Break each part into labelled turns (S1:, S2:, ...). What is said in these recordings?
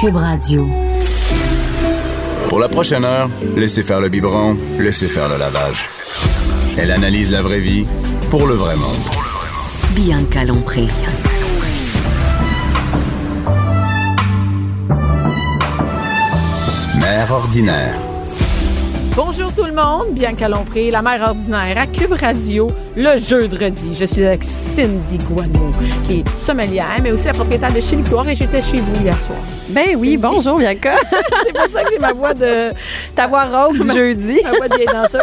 S1: Cube Radio.
S2: Pour la prochaine heure, laissez faire le biberon, laissez faire le lavage. Elle analyse la vraie vie pour le vrai monde.
S1: Bianca Lompré.
S2: Mère ordinaire.
S3: Bonjour tout le monde, bien Lompré, la mère ordinaire à Cube Radio, le jeudi. Je suis avec Cindy Guano, qui est sommelière, mais aussi la propriétaire de Chez Victoire, et j'étais chez vous hier soir.
S4: Ben oui, bonjour Bianca.
S3: C'est pour ça que j'ai ma voix de...
S4: Ta voix rauque du jeudi.
S3: ma voix de vieille danseuse.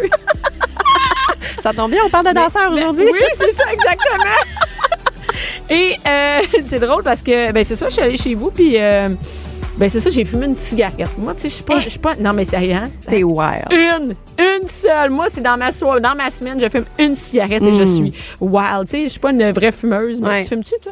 S4: Ça tombe bien, on parle de danseur aujourd'hui.
S3: Oui, c'est ça, exactement. Et euh, c'est drôle parce que, ben c'est ça, je suis allée chez vous, puis... euh, ben c'est ça, j'ai fumé une cigarette. Moi, tu sais, je suis pas, je suis pas... Non, mais sérieux, hein?
S4: T'es wild.
S3: Une, une seule. Moi, c'est dans ma soirée, dans ma semaine, je fume une cigarette et je suis wild. Tu sais, je suis pas une vraie fumeuse. Mais
S4: Hmm. Ouais.
S3: tu fumes-tu, toi?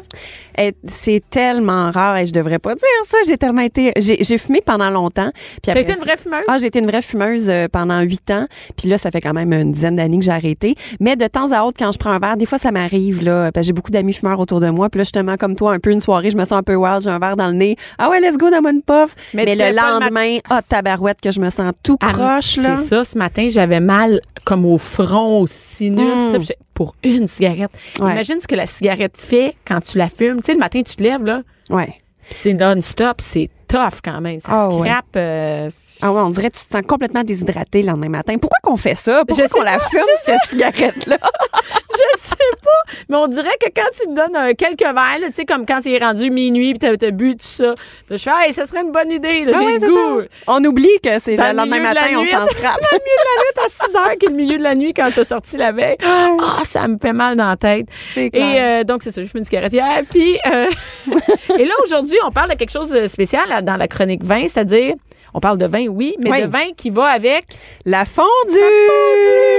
S4: Eh, C'est tellement rare et je devrais pas dire ça. J'ai tellement été, j'ai j'ai fumé pendant longtemps. Puis
S3: T'as
S4: après
S3: été une
S4: ça-
S3: vraie fumeuse?
S4: Ah, j'ai été une vraie fumeuse euh, pendant huit ans. Puis là, ça fait quand même une dizaine d'années que j'ai arrêté. Mais de temps à autre, quand je prends un verre, des fois, ça m'arrive, là. Parce que j'ai beaucoup d'amis fumeurs autour de moi. Puis là, justement, comme toi, un peu une soirée, je me sens un peu wild, j'ai un verre dans le nez. Ah ouais, let's go, donne-moi une puff.
S3: Mais
S4: Mais,
S3: tu
S4: le
S3: fais pas le mat-
S4: lendemain, ah, tabarouette, que je me sens tout
S3: Ah,
S4: croche, là.
S3: C'est ça, ce matin, j'avais mal comme au front, au sinus,
S4: Mm.
S3: là, puis j'ai- pour une cigarette.
S4: Ouais.
S3: Imagine ce que la cigarette fait quand tu la fumes. Tu sais, le matin, tu te lèves, là,
S4: Ouais.
S3: puis c'est non-stop, c'est tough quand même. Ça
S4: Ah,
S3: se
S4: ouais.
S3: crappe. euh,
S4: Ah ouais, on dirait que tu te sens complètement déshydraté le lendemain matin. Pourquoi qu'on fait ça? Pourquoi
S3: Je sais
S4: qu'on la
S3: pas, Ah
S4: fume, cette cigarette-là?
S3: je sais pas, mais on dirait que quand tu me donnes euh, quelques verres, là, tu sais, comme quand il est rendu minuit, puis t'as t'as bu tout ça, puis je fais, hey, ça serait une bonne idée, là,
S4: Ah
S3: j'ai
S4: ouais,
S3: le
S4: c'est
S3: goût.
S4: ça. On oublie que c'est
S3: Dans
S4: le lendemain
S3: milieu de la
S4: matin, on
S3: nuit.
S4: s'en frappe.
S3: Dans le milieu de la nuit, à 6 heures, qui est le milieu de la nuit quand t'as sorti la veille. Ah, ça me fait mal dans la tête.
S4: C'est
S3: Et
S4: clair.
S3: euh, donc, c'est ça, je fais une cigarette hier. Puis, euh, et là, aujourd'hui, on parle de quelque chose de spécial là, dans la chronique vin, c'est-à-dire, on parle de vin, oui, mais
S4: Oui.
S3: de vin qui va avec.
S4: La fondue!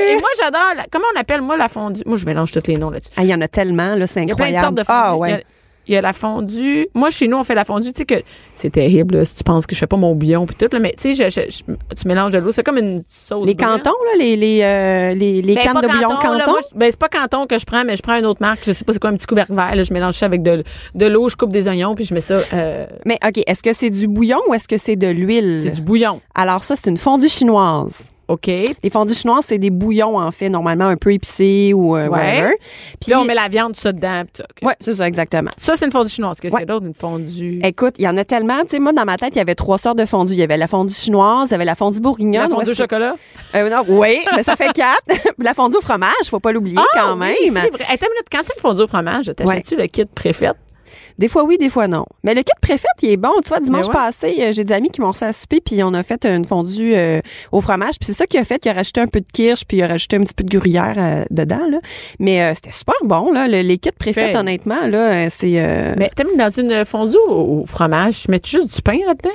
S3: Et moi, j'adore. la- Comment on appelle, moi, la fondue? Moi, je mélange tous les noms là-dessus.
S4: Ah, il y en a tellement, là, c'est
S3: Il y a plein
S4: incroyable.
S3: de sortes de fondue.
S4: ah
S3: Il y a-
S4: ouais.
S3: il y a la fondue. Moi, chez nous, on fait la fondue. Tu sais que c'est terrible là, si tu penses que je fais pas mon bouillon puis tout, là, mais tu sais, je- je- je- tu mélanges de l'eau. C'est comme une sauce.
S4: Les
S3: brûlante.
S4: cantons, là, les, les, euh, les, les
S3: Ben,
S4: cannes
S3: pas
S4: de bouillon
S3: Canton, là.
S4: canton.
S3: Moi, je- ben, c'est pas canton que je prends, mais je prends une autre marque. Je sais pas c'est quoi, un petit couvercle vert. là. je mélange ça avec de, de l'eau, je coupe des oignons, puis je mets ça. euh,
S4: Mais OK, est-ce que c'est du bouillon ou est-ce que c'est de
S3: c'est
S4: l'huile?
S3: du bouillon.
S4: Alors ça, c'est une fondue chinoise.
S3: OK. Puis,
S4: Les fondues chinoises, c'est des bouillons, en fait, normalement un peu épicés ou euh,
S3: Ouais.
S4: whatever. Puis,
S3: là, on met la viande, tout ça dedans. puis ça, OK.
S4: Ouais, c'est ça, exactement.
S3: Ça, c'est une fondue chinoise. Qu'est-ce
S4: Ouais.
S3: qu'il y a d'autre? Une fondue.
S4: Écoute, il y en a tellement. Tu sais, moi, dans ma tête, il y avait trois sortes de fondue. Il y avait la fondue chinoise, il y avait la fondue bourguignonne.
S3: La
S4: Où
S3: fondue au
S4: est-ce que-
S3: chocolat.
S4: Euh, non, oui, mais ça fait quatre. Puis la fondue au fromage, faut pas l'oublier quand même.
S3: Ah,
S4: Euh.
S3: Oui, c'est vrai. Hey, t'as une minute. Quand c'est une fondue au fromage, t'achètes-tu le kit préfète?
S4: Des fois oui, des fois non. Mais le kit préfet, il est bon. Tu vois, dimanche
S3: Mais Ben ouais.
S4: passé, euh, j'ai des amis qui m'ont reçu à souper, puis on a fait une fondue euh, au fromage. Puis c'est ça qu'il a fait, qu'il a rajouté un peu de kirsch, puis il a rajouté un petit peu de gruyère euh, dedans. Là. Mais euh, c'était super bon, là. Le, les kits préfets,
S3: Fait.
S4: honnêtement, là, euh, c'est... euh,
S3: Mais t'as mis dans une fondue au, au fromage, tu mets juste du pain là-dedans?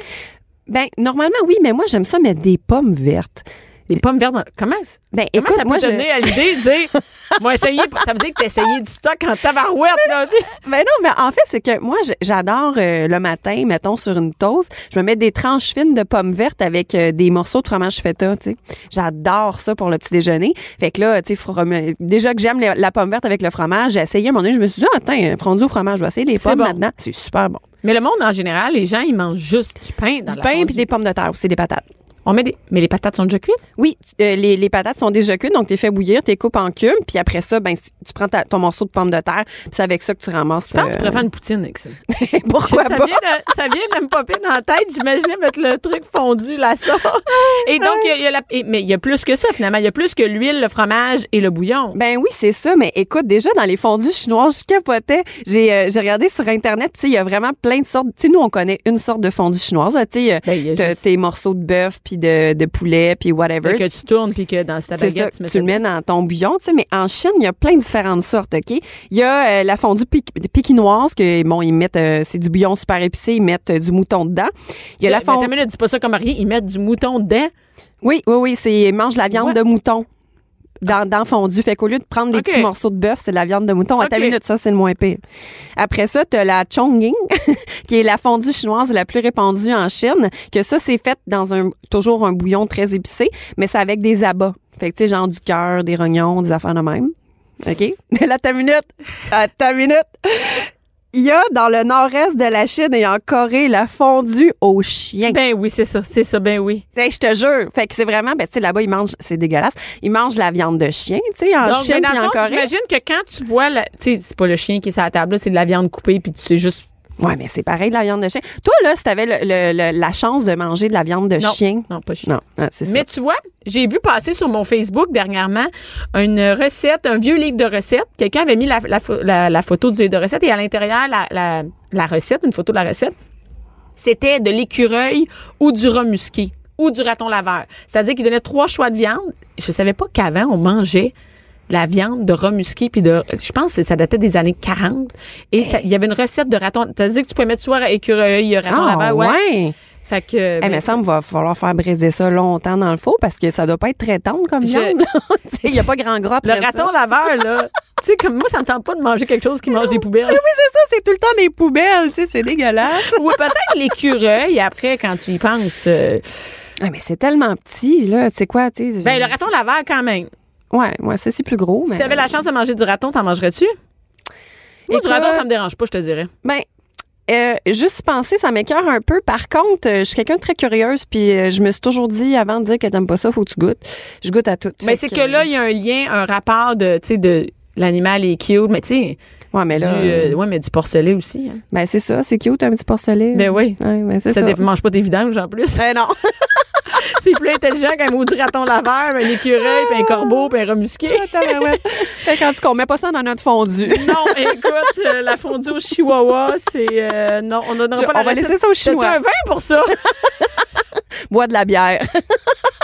S4: Ben, normalement, oui, mais moi, j'aime ça mettre des pommes vertes.
S3: Des pommes vertes. dans- Comment?
S4: Ben,
S3: Comment
S4: écoute,
S3: ça peut
S4: moi,
S3: te
S4: je-
S3: donner à l'idée de dire, moi, essayer, ça veut dire que t'as essayé du stock en tabarouette, là.
S4: Ben non, mais en fait, c'est que moi, j- j'adore euh, le matin, mettons, sur une toast, je me mets des tranches fines de pommes vertes avec euh, des morceaux de fromage feta, tu sais. J'adore ça pour le petit déjeuner. Fait que là, tu sais, frome- déjà que j'aime la, la pomme verte avec le fromage, j'ai essayé à un moment donné, je me suis dit, ah, tiens, fondue au fromage, je vais essayer les
S3: C'est
S4: pommes
S3: bon.
S4: maintenant. C'est super bon.
S3: Mais le monde, en général, les gens, ils mangent juste du pain dans
S4: du
S3: la
S4: pain
S3: fondue.
S4: puis des pommes de terre aussi, des patates.
S3: On met des... Mais les patates sont déjà cuites?
S4: Oui, tu- euh, les, les patates sont déjà cuites, donc tu les fais bouillir, tu les coupes en cubes, puis après ça, ben, si- tu prends ta- ton morceau de pomme de terre, puis c'est avec ça que tu ramasses.
S3: Je pense que je
S4: euh,
S3: pourrais faire une poutine avec ça.
S4: Pourquoi
S3: ça,
S4: pas?
S3: Vient de, ça vient de me popper dans la tête. J'imaginais mettre le truc fondu, la sauce. Et donc, il y a, il y a la- et- mais il y a plus que ça, finalement. Il y a plus que l'huile, le fromage et le bouillon.
S4: Ben oui, c'est ça. Mais écoute, déjà dans les fondus chinoises, je capotais. J'ai euh, j'ai regardé sur internet, tu sais, il y a vraiment plein de sortes. Tu sais, nous on connaît une sorte de fondue chinoise, là, tu sais, euh,
S3: Ben, il y a
S4: t'as
S3: juste-
S4: tes morceaux de bœuf puis de, de poulet puis whatever.
S3: que tu tournes, puis que dans ta
S4: C'est ça,
S3: baguette, tu mets
S4: tu le mets dans ton bouillon, tu sais, mais en Chine, il y a plein de différentes sortes, OK? Il y a euh, la fondue piqui- pékinoise, que, bon, ils mettent, euh, c'est du bouillon super épicé, ils mettent euh, du mouton dedans. Il y a la
S3: Mais
S4: fondue...
S3: t'as minute, dis pas ça comme rien. Ils mettent du mouton dedans.
S4: Oui, oui, oui, c'est ils mangent la viande
S3: Ouais.
S4: de mouton dans, dans fondue. Fait qu'au lieu de prendre des
S3: OK.
S4: petits morceaux de bœuf, c'est de la viande de mouton. À ta
S3: OK.
S4: minute, ça, c'est le moins pire. Après ça, t'as la chongqing, qui est la fondue chinoise la plus répandue en Chine, que ça, c'est fait dans un toujours un bouillon très épicé, mais c'est avec des abats. Fait que, tu sais, genre du cœur, des rognons, des affaires de même. OK? Mais là, ta minute, à ta minute, il y a dans le nord-est de la Chine et en Corée la fondue aux chiens.
S3: Ben oui, c'est ça, c'est ça, ben oui.
S4: Hey, je te jure. Fait que c'est vraiment, ben, tu sais, là-bas, ils mangent, c'est dégueulasse. Ils mangent la viande de chien, tu sais, en
S3: Donc,
S4: Chine
S3: mais dans
S4: puis
S3: le
S4: en
S3: fond,
S4: Corée.
S3: j'imagine que quand tu vois, la- tu sais, c'est pas le chien qui est sur la table, là, c'est de la viande coupée, puis tu sais juste.
S4: Ouais, mais c'est pareil de la viande de chien. Toi, là, si t'avais le- le- le- la chance de manger de la viande de
S3: Non,
S4: chien.
S3: non, pas chien.
S4: Non, ah, c'est ça.
S3: Mais tu vois, j'ai vu passer sur mon Facebook dernièrement une recette, un vieux livre de recettes. Quelqu'un avait mis la, la, pho- la- la photo du livre de recettes et à l'intérieur, la, la, la recette, une photo de la recette, c'était de l'écureuil ou du rat musqué ou du raton laveur. C'est-à-dire qu'il donnait trois choix de viande. Je savais pas qu'avant, on mangeait de la viande de rat musqué puis de je pense que ça datait des années 40 et
S4: Eh.
S3: ça- il y avait une recette de raton c'est-à-dire que tu pouvais mettre soit écureuil raton
S4: Ah,
S3: laveur ouais,
S4: ouais.
S3: fait que
S4: Eh, mais ça me va falloir faire briser ça longtemps dans le four parce que ça doit pas être très tendre comme
S3: Je-
S4: viande. là. Tu sais, Il n'y a pas grand gras.
S3: Le
S4: après ça.
S3: raton laveur, là. tu sais, comme moi, ça me tente pas de manger quelque chose qui mange des poubelles.
S4: Oui, c'est ça, c'est tout le temps des poubelles, tu sais, c'est dégueulasse.
S3: Ou peut-être l'écureuil, après, quand tu y penses. euh,
S4: Ah, mais c'est tellement petit, là. C'est quoi, tu sais?
S3: Ben, le raton laveur, quand même.
S4: Ouais, ouais, ça, c'est plus gros. Mais...
S3: Si t'avais la chance de manger du raton, t'en mangerais-tu? Moi, du
S4: Écoute-
S3: raton, ça me dérange pas, je te dirais.
S4: Ben, euh, juste penser, ça m'écœure un peu. Par contre, euh, je suis quelqu'un de très curieuse, puis euh, je me suis toujours dit, avant de dire que t'aimes pas ça, faut que tu goûtes. Je goûte à tout.
S3: Mais
S4: Fait
S3: c'est que là, il y a un lien, un rapport de, tu sais, de l'animal est cute, mais tu sais,
S4: Ouais, mais
S3: du,
S4: là.
S3: euh, ouais, mais du porcelet aussi. hein.
S4: Ben, c'est ça, c'est cute, un petit porcelet.
S3: Ben oui.
S4: Ouais, ben, c'est
S3: Ça
S4: ça.
S3: ne mange pas des vidanges en plus.
S4: Ben non.
S3: c'est plus intelligent qu'un maudit raton laveur, un écureuil, puis un corbeau, puis un remusqué.
S4: Tabarouette. ben Fait qu'en tout cas, on met pas ça dans notre fondue.
S3: Non, écoute, euh, la fondue au chihuahua, c'est... euh, non, on n'aura
S4: Je-
S3: pas la
S4: on va
S3: recette.
S4: laisser ça aux
S3: T'as-tu
S4: Chinois.
S3: un vin pour ça?
S4: Bois de la bière.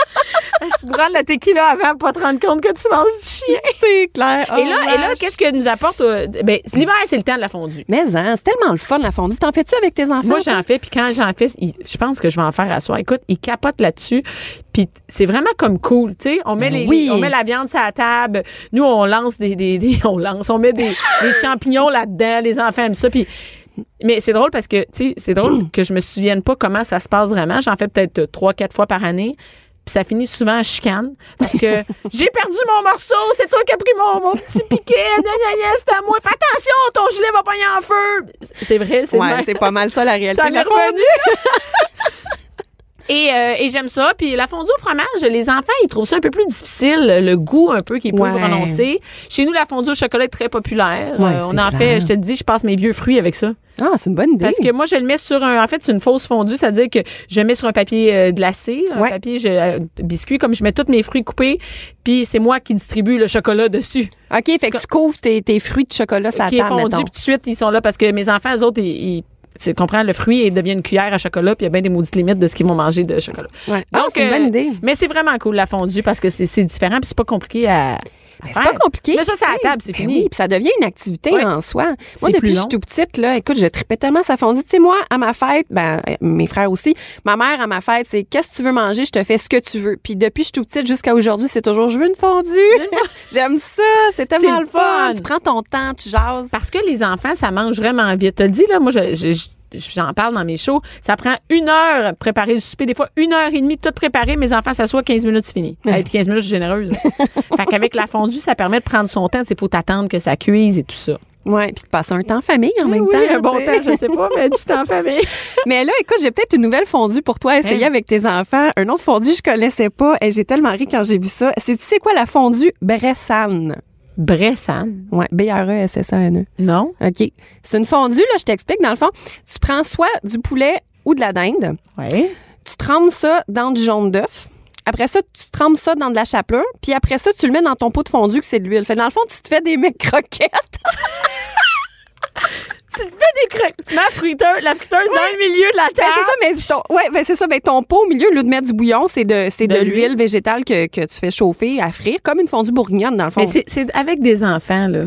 S3: tu prends de la tequila avant pour pas te rendre compte que tu manges du chien. Oh,
S4: c'est clair. Oh,
S3: et là, et là qu'est-ce que nous apporte... euh, ben, l'hiver, c'est le temps de la fondue.
S4: Mais hein, c'est tellement le fun, la fondue. T'en fais-tu avec tes enfants?
S3: Moi,
S4: toi?
S3: j'en fais, puis quand j'en fais, il- je pense que je vais en faire à soir. Écoute, ils capotent là-dessus, puis c'est vraiment comme cool, tu sais. On met les,
S4: Ben oui.
S3: on met la viande sur la table. Nous, on lance des, des, des- on lance, on met des, des champignons là-dedans. Les enfants aiment ça, puis. Mais c'est drôle parce que, tu sais, c'est drôle que je me souvienne pas comment ça se passe vraiment. J'en fais peut-être euh, trois, quatre fois par année. Puis ça finit souvent en chicane parce que j'ai perdu mon morceau, c'est toi qui as pris mon, mon petit piquet, gna, gna, gna, c'est à moi. Fais attention, ton gilet va pogner en feu. C'est vrai, c'est
S4: Ouais,
S3: vrai.
S4: c'est pas mal ça, la réalité.
S3: Ça
S4: de
S3: m'est
S4: la
S3: revenu.
S4: fondue.
S3: Et, euh, et j'aime ça. Puis la fondue au fromage, les enfants, ils trouvent ça un peu plus difficile, le goût un peu qui est plus
S4: Ouais.
S3: prononcé. Chez nous, la fondue au chocolat est très populaire.
S4: Ouais,
S3: Euh, on
S4: c'est
S3: en
S4: clair.
S3: fait, je te le dis, je passe mes vieux fruits avec ça.
S4: Ah, c'est une bonne idée.
S3: Parce que moi, je le mets sur un. En fait, c'est une fausse fondue, c'est-à-dire que je mets sur un papier euh, glacé, un
S4: Ouais.
S3: papier je, euh, biscuit, comme je mets tous mes fruits coupés, puis c'est moi qui distribue le chocolat dessus,
S4: OK, fait que tu couvres tes, tes fruits de chocolat ça
S3: qui est
S4: table,
S3: fondu.
S4: mettons.
S3: Puis tout de suite, ils sont là parce que mes enfants, eux autres, ils. ils- tu comprends, le fruit il devient une cuillère à chocolat, puis il y a bien des maudites limites de ce qu'ils vont manger de chocolat. euh,
S4: Ouais. Ah, c'est une bonne idée.
S3: Mais c'est vraiment cool, la fondue, parce que c'est c'est différent, puis c'est pas compliqué à. à
S4: Ben, c'est
S3: faire.
S4: pas compliqué.
S3: Mais ça,
S4: tu
S3: c'est à
S4: sais.
S3: table, c'est
S4: Ben
S3: fini.
S4: Oui, puis ça devient une activité
S3: Ouais.
S4: en soi.
S3: C'est
S4: Moi,
S3: plus
S4: depuis que je
S3: long.
S4: suis tout petite, là, écoute, je tripais tellement sa fondue. Tu sais, moi, à ma fête, ben, euh, mes frères aussi, ma mère, à ma fête, c'est qu'est-ce que tu veux manger, je te fais ce que tu veux. Puis depuis que je suis tout petite jusqu'à aujourd'hui, c'est toujours, je veux une fondue. J'aime ça, c'est tellement
S3: C'est
S4: le fun.
S3: fun.
S4: Tu prends ton temps, tu jases.
S3: Parce que les enfants, ça mange vraiment vite. T'as dit, là, moi, je- je- je- J'en parle dans mes shows. Ça prend une heure à préparer le souper. Des fois, une heure et demie, tout préparer. Mes enfants s'assoient 15 minutes, c'est fini. Et puis 15 minutes, je suis généreuse. fait qu'avec la fondue, ça permet de prendre son temps. Il faut t'attendre que ça cuise et tout ça.
S4: Ouais, puis de passer un temps en famille en même
S3: oui,
S4: temps.
S3: un bon
S4: tu sais.
S3: temps, je sais pas, mais du temps en famille.
S4: Mais là, écoute, j'ai peut-être une nouvelle fondue pour toi à essayer
S3: Hein?
S4: avec tes enfants. Un autre fondue, je connaissais pas. Et j'ai tellement ri quand j'ai vu ça. C'est, tu sais quoi, la fondue Bressane?
S3: Bressane.
S4: Ouais, E B-R-E-S-S-A-N-E.
S3: Non?
S4: OK. C'est une fondue, là, je t'explique. Dans le fond, tu prends soit du poulet ou de la dinde.
S3: Oui.
S4: Tu trempes ça dans du jaune d'œuf. Après ça, tu trempes ça dans de la chapelure. Puis après ça, tu le mets dans ton pot de fondue, que c'est de l'huile. Fait que dans le fond, tu te fais des mecs croquettes.
S3: Tu te fais des crocs. Tu mets la fruiteuse, la friteuse dans le milieu de la
S4: Ben,
S3: table.
S4: c'est ça, mais ton, ouais, ben, c'est ça. Ben, ton pot au milieu, au lieu de mettre du bouillon, c'est de, c'est
S3: De
S4: de,
S3: l'huile.
S4: l'huile végétale que, que tu fais chauffer, à frire, comme une fondue bourguignonne, dans le fond.
S3: Mais c'est- c'est avec des enfants, là.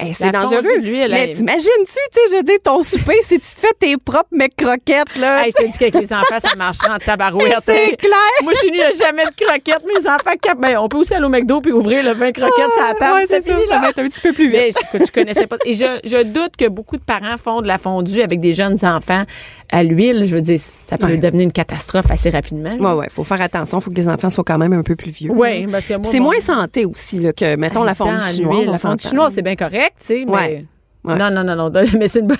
S4: Hey,
S3: la
S4: c'est dangereux.
S3: fondue, l'huile,
S4: mais
S3: elle-
S4: t'imagines-tu, tu sais, je dis, ton souper, si tu te fais tes propres mecs croquettes, là.
S3: Hey, je te dis qu'avec les enfants, ça marchera en tabarouette. hein.
S4: C'est clair.
S3: Moi, je suis nulle à jamais de croquettes. Mes enfants cap. Ben, on peut aussi aller au McDo puis ouvrir le vin croquettes sur la table.
S4: Ouais,
S3: c'est
S4: c'est ça,
S3: fini,
S4: ça
S3: là.
S4: va être un petit peu plus vite.
S3: Mais je, écoute, je connaissais pas. Et je, je doute que beaucoup de parents font de la fondue avec des jeunes enfants à l'huile. Je veux dire, ça peut devenir une catastrophe assez rapidement.
S4: Ouais, ouais, faut faire attention, faut que les enfants soient quand même un peu plus vieux.
S3: Ouais,
S4: là.
S3: parce que moi,
S4: Puis c'est
S3: mon-
S4: moins santé aussi là, que mettons la fondue
S3: Dans l'huile,
S4: chinoise, on
S3: La fondue
S4: s'entend.
S3: chinoise, c'est bien correct, tu sais, mais
S4: Ouais. Ouais.
S3: Non, non, non, non. Mais c'est une bonne.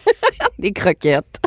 S4: Des croquettes.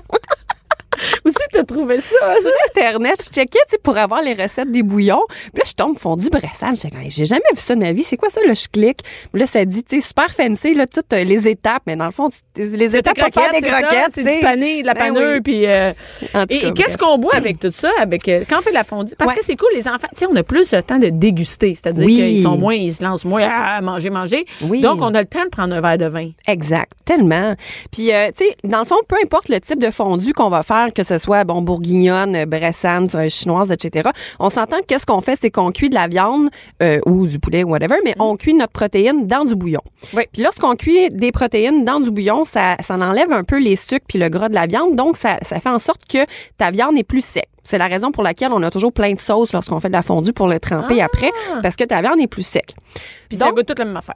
S3: Où c'est que t'as trouvé ça? ça?
S4: Sur Internet, je checkais tu sais, pour avoir les recettes des bouillons. Puis là, je tombe fondu brassage. J'étais comme, Hey, J'ai jamais vu ça de ma vie. C'est quoi ça? Là, je clique. Puis là, ça dit, tu sais, super fancy, là, toutes euh, les étapes. Mais dans le fond, tu- t'es- les étapes, pas faire des
S3: c'est ça,
S4: croquettes.
S3: C'est
S4: tu sais.
S3: du pané, de la
S4: Ben
S3: panure,
S4: oui.
S3: puis. euh,
S4: En tout
S3: et
S4: cas,
S3: et qu'est-ce
S4: bref.
S3: qu'on boit avec tout ça, avec euh, quand on fait de la fondue Parce
S4: Ouais.
S3: que c'est cool, les enfants. Tu sais, on a plus le temps de déguster, c'est-à-dire
S4: Oui.
S3: qu'ils sont moins, ils se lancent moins à manger, manger.
S4: Oui.
S3: Donc, on a le temps de prendre un verre de vin.
S4: Exact, tellement. Puis, euh, tu sais, dans le fond, peu importe le type de fondu qu'on va faire, que ce soit, bon, bourguignonne, euh, bressane, euh, chinoise, etc., on s'entend que qu'est-ce qu'on fait, c'est qu'on cuit de la viande euh, ou du poulet, whatever, mais on cuit notre protéine dans du bouillon.
S3: Mm. Oui.
S4: Puis lorsqu'on cuit des protéines dans du bouillon, ça, ça en enlève un peu les sucres puis le gras de la viande, donc ça, ça fait en sorte que ta viande est plus sec. C'est la raison pour laquelle on a toujours plein de sauces lorsqu'on fait de la fondue pour le tremper après,
S3: Ah!
S4: parce que ta viande est plus sec.
S3: Puis ça
S4: Donc,
S3: goûte toute la même affaire.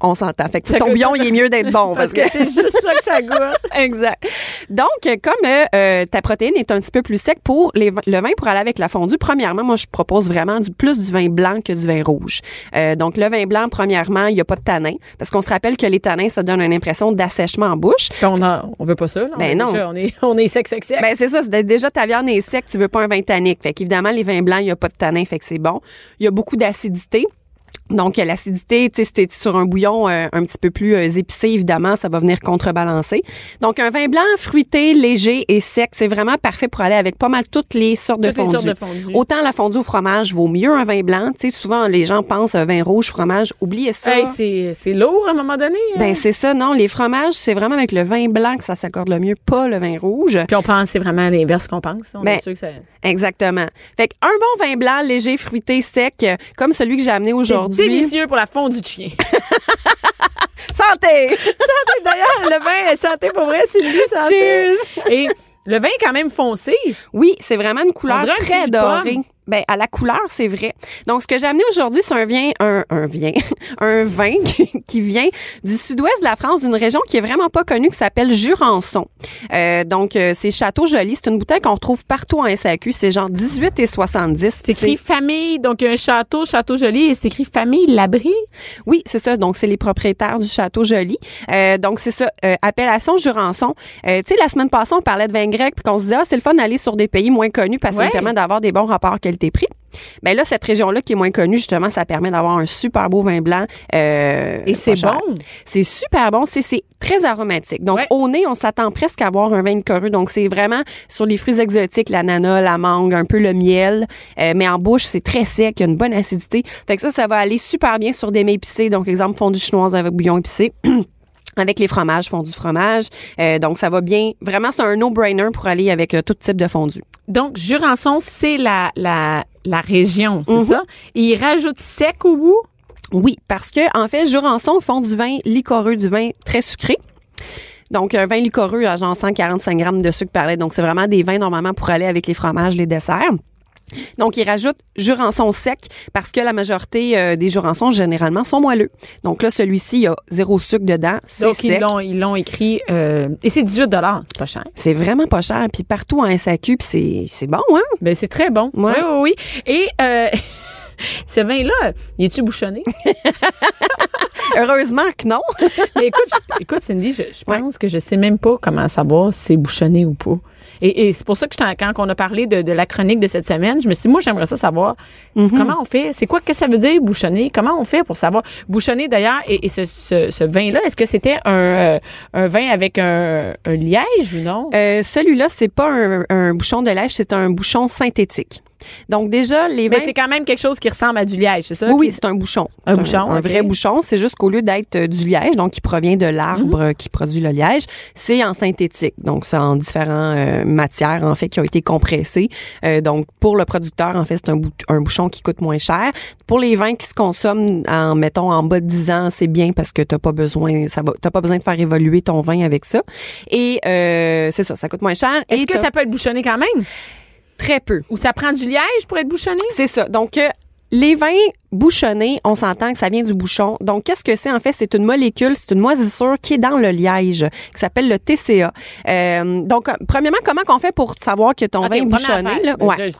S4: on s'entend. Fait que
S3: Ça
S4: ton
S3: goûte-
S4: bouillon, il est mieux d'être bon.
S3: Parce que c'est juste ça que ça goûte.
S4: Exact. Donc, euh, comme euh, euh, ta protéine est un petit peu plus sec pour les vins- le vin pour aller avec la fondue, premièrement, moi, je propose vraiment du, plus du vin blanc que du vin rouge. Euh, donc, le vin blanc, premièrement, il n'y a pas de tanin, parce qu'on se rappelle que les tanins, ça donne une impression d'assèchement en bouche.
S3: Puis on, a- on veut pas ça, là. On
S4: Ben
S3: est
S4: non.
S3: déjà- on, est, on est sec, sec, sec.
S4: Ben c'est ça, c'est d'être- déjà ta viande est sec, tu veux pas un vin tannique. Fait qu'évidemment les vins blancs, il y a pas de tanin, fait que c'est bon. Il y a beaucoup d'acidité. Donc l'acidité, tu sais, si t'es sur un bouillon euh, un petit peu plus euh, épicé, évidemment, ça va venir contrebalancer. Donc un vin blanc fruité, léger et sec, c'est vraiment parfait pour aller avec pas mal toutes les sortes de
S3: Toutes les
S4: fondues.
S3: sortes de fondues.
S4: Autant la fondue au fromage vaut mieux un vin blanc, tu sais, souvent les gens pensent euh, vin rouge, fromage, oubliez ça.
S3: Hey, c'est- c'est lourd à un moment donné. hein.
S4: ben c'est ça, non, les fromages, c'est vraiment avec le vin blanc que ça s'accorde le mieux, pas le vin rouge.
S3: Puis on pense, c'est vraiment l'inverse qu'on pense. On
S4: Ben,
S3: est sûr que ça.
S4: Exactement. Fait qu'un bon vin blanc léger, fruité, sec, euh, comme celui que j'ai amené
S3: C'est
S4: aujourd'hui.
S3: délicieux pour la fondue de chien.
S4: Santé!
S3: santé. Ah D'ailleurs, le vin est santé pour vrai, Sylvie, santé.
S4: Cheers.
S3: Et le vin est quand même foncé.
S4: Oui, c'est vraiment une couleur
S3: On dirait un petit
S4: très
S3: jus de pomme.
S4: dorée. Ben, à la couleur, c'est vrai. Donc, ce que j'ai amené aujourd'hui, c'est un vin, un, un vin, un vin qui, qui vient du sud-ouest de la France, d'une région qui est vraiment pas connue, qui s'appelle Jurançon. Euh, donc, euh, c'est Château Joli. C'est une bouteille qu'on retrouve partout en SAQ. C'est genre 18 et 70.
S3: C'est écrit famille, donc il y a un château, château joli, et c'est écrit famille l'abri.
S4: Oui, c'est ça. Donc, c'est les propriétaires du Château Joli. Euh, donc, c'est ça. euh, appellation Jurançon. Euh, tu sais, la semaine passée, on parlait de vin grec, puis qu'on se disait, ah, c'est le fun d'aller sur des pays moins connus parce que ça
S3: Ouais.
S4: nous permet d'avoir des bons rapports qualité-prix. Bien là, cette région-là qui est moins connue, justement, ça permet d'avoir un super beau vin blanc. euh,
S3: Et c'est
S4: pas cher.
S3: bon.
S4: C'est super bon. C'est, c'est très aromatique. Donc,
S3: Ouais.
S4: au nez, on s'attend presque à avoir un vin de corue. Donc, c'est vraiment sur les fruits exotiques, l'ananas, la mangue, un peu le miel. Euh, mais en bouche, c'est très sec. Il y a une bonne acidité. Fait que ça, ça va aller super bien sur des mets épicés. Donc, exemple, fondue chinoise avec bouillon épicé. Avec les fromages, fondue fromage. Euh, donc, ça va bien. Vraiment, c'est un no-brainer pour aller avec euh, tout type de fondue.
S3: Donc, Jurançon, c'est la, la, la région, c'est ça? Et ils rajoutent sec au bout.
S4: Oui, parce que en fait, Jurançon font du vin licoreux, du vin très sucré. Donc, un vin licoreux à genre 145 grammes de sucre par litre. Donc, c'est vraiment des vins normalement pour aller avec les fromages, les desserts. Donc, ils rajoutent Jurançon sec parce que la majorité euh, des Jurançons, généralement, sont moelleux. Donc là, celui-ci, il y a zéro sucre dedans. C'est
S3: Donc, ils
S4: sec.
S3: l'ont, ils l'ont écrit, euh, et c'est 18 c'est pas cher.
S4: C'est vraiment pas cher. Puis partout en SAQ, puis c'est- c'est bon, hein?
S3: Ben, c'est très bon.
S4: Ouais.
S3: Oui, oui, oui. Et, euh, ce vin-là, il est-tu bouchonné?
S4: Heureusement que non.
S3: Mais écoute, je- écoute, Cindy, je, je pense que je sais même pas comment savoir si c'est bouchonné ou pas. Et, et c'est pour ça que je t'en- quand on a parlé de, de la chronique de cette semaine, je me suis dit, moi, j'aimerais ça savoir
S4: Mhm.
S3: c'est comment on fait. C'est quoi, qu'est-ce que ça veut dire, bouchonné? Comment on fait pour savoir? Bouchonné, d'ailleurs, et, et ce, ce- ce vin-là, est-ce que c'était un, euh, un vin avec un, un liège ou non?
S4: Euh, Celui-là, c'est pas un, un bouchon de lèche, c'est un bouchon synthétique. Donc, déjà, les vins.
S3: Mais c'est quand même quelque chose qui ressemble à du liège, c'est ça?
S4: Oui, ben- oui,
S3: Qui-
S4: c'est un bouchon.
S3: Un
S4: C'est
S3: bouchon,
S4: Un
S3: ok.
S4: vrai bouchon. C'est juste qu'au lieu d'être euh, du liège, donc qui provient de l'arbre
S3: Mhm.
S4: euh, qui produit le liège, c'est en synthétique. Donc, c'est en différentes euh, matières, en fait, qui ont été compressées. Euh, donc, pour le producteur, en fait, c'est un, bou- un bouchon qui coûte moins cher. Pour les vins qui se consomment, en, mettons, en bas de 10 ans, c'est bien parce que t'as pas besoin, ça va, t'as pas besoin de faire évoluer ton vin avec ça. Et, euh, c'est ça, ça coûte moins cher.
S3: Est-ce
S4: Et
S3: que
S4: t'as
S3: ça peut être bouchonné quand même?
S4: très peu?
S3: Ou ça prend du liège pour être bouchonné?
S4: C'est ça. Donc, euh, les vins bouchonnés, on s'entend que ça vient du bouchon. Donc, qu'est-ce que c'est? En fait, c'est une molécule, c'est une moisissure qui est dans le liège, qui s'appelle le TCA. Euh, donc, euh, premièrement, comment qu'on fait pour savoir que ton
S3: Ok,
S4: vin est
S3: première
S4: bouchonné?
S3: affaire.
S4: là?
S3: Ben,
S4: Ouais.
S3: je-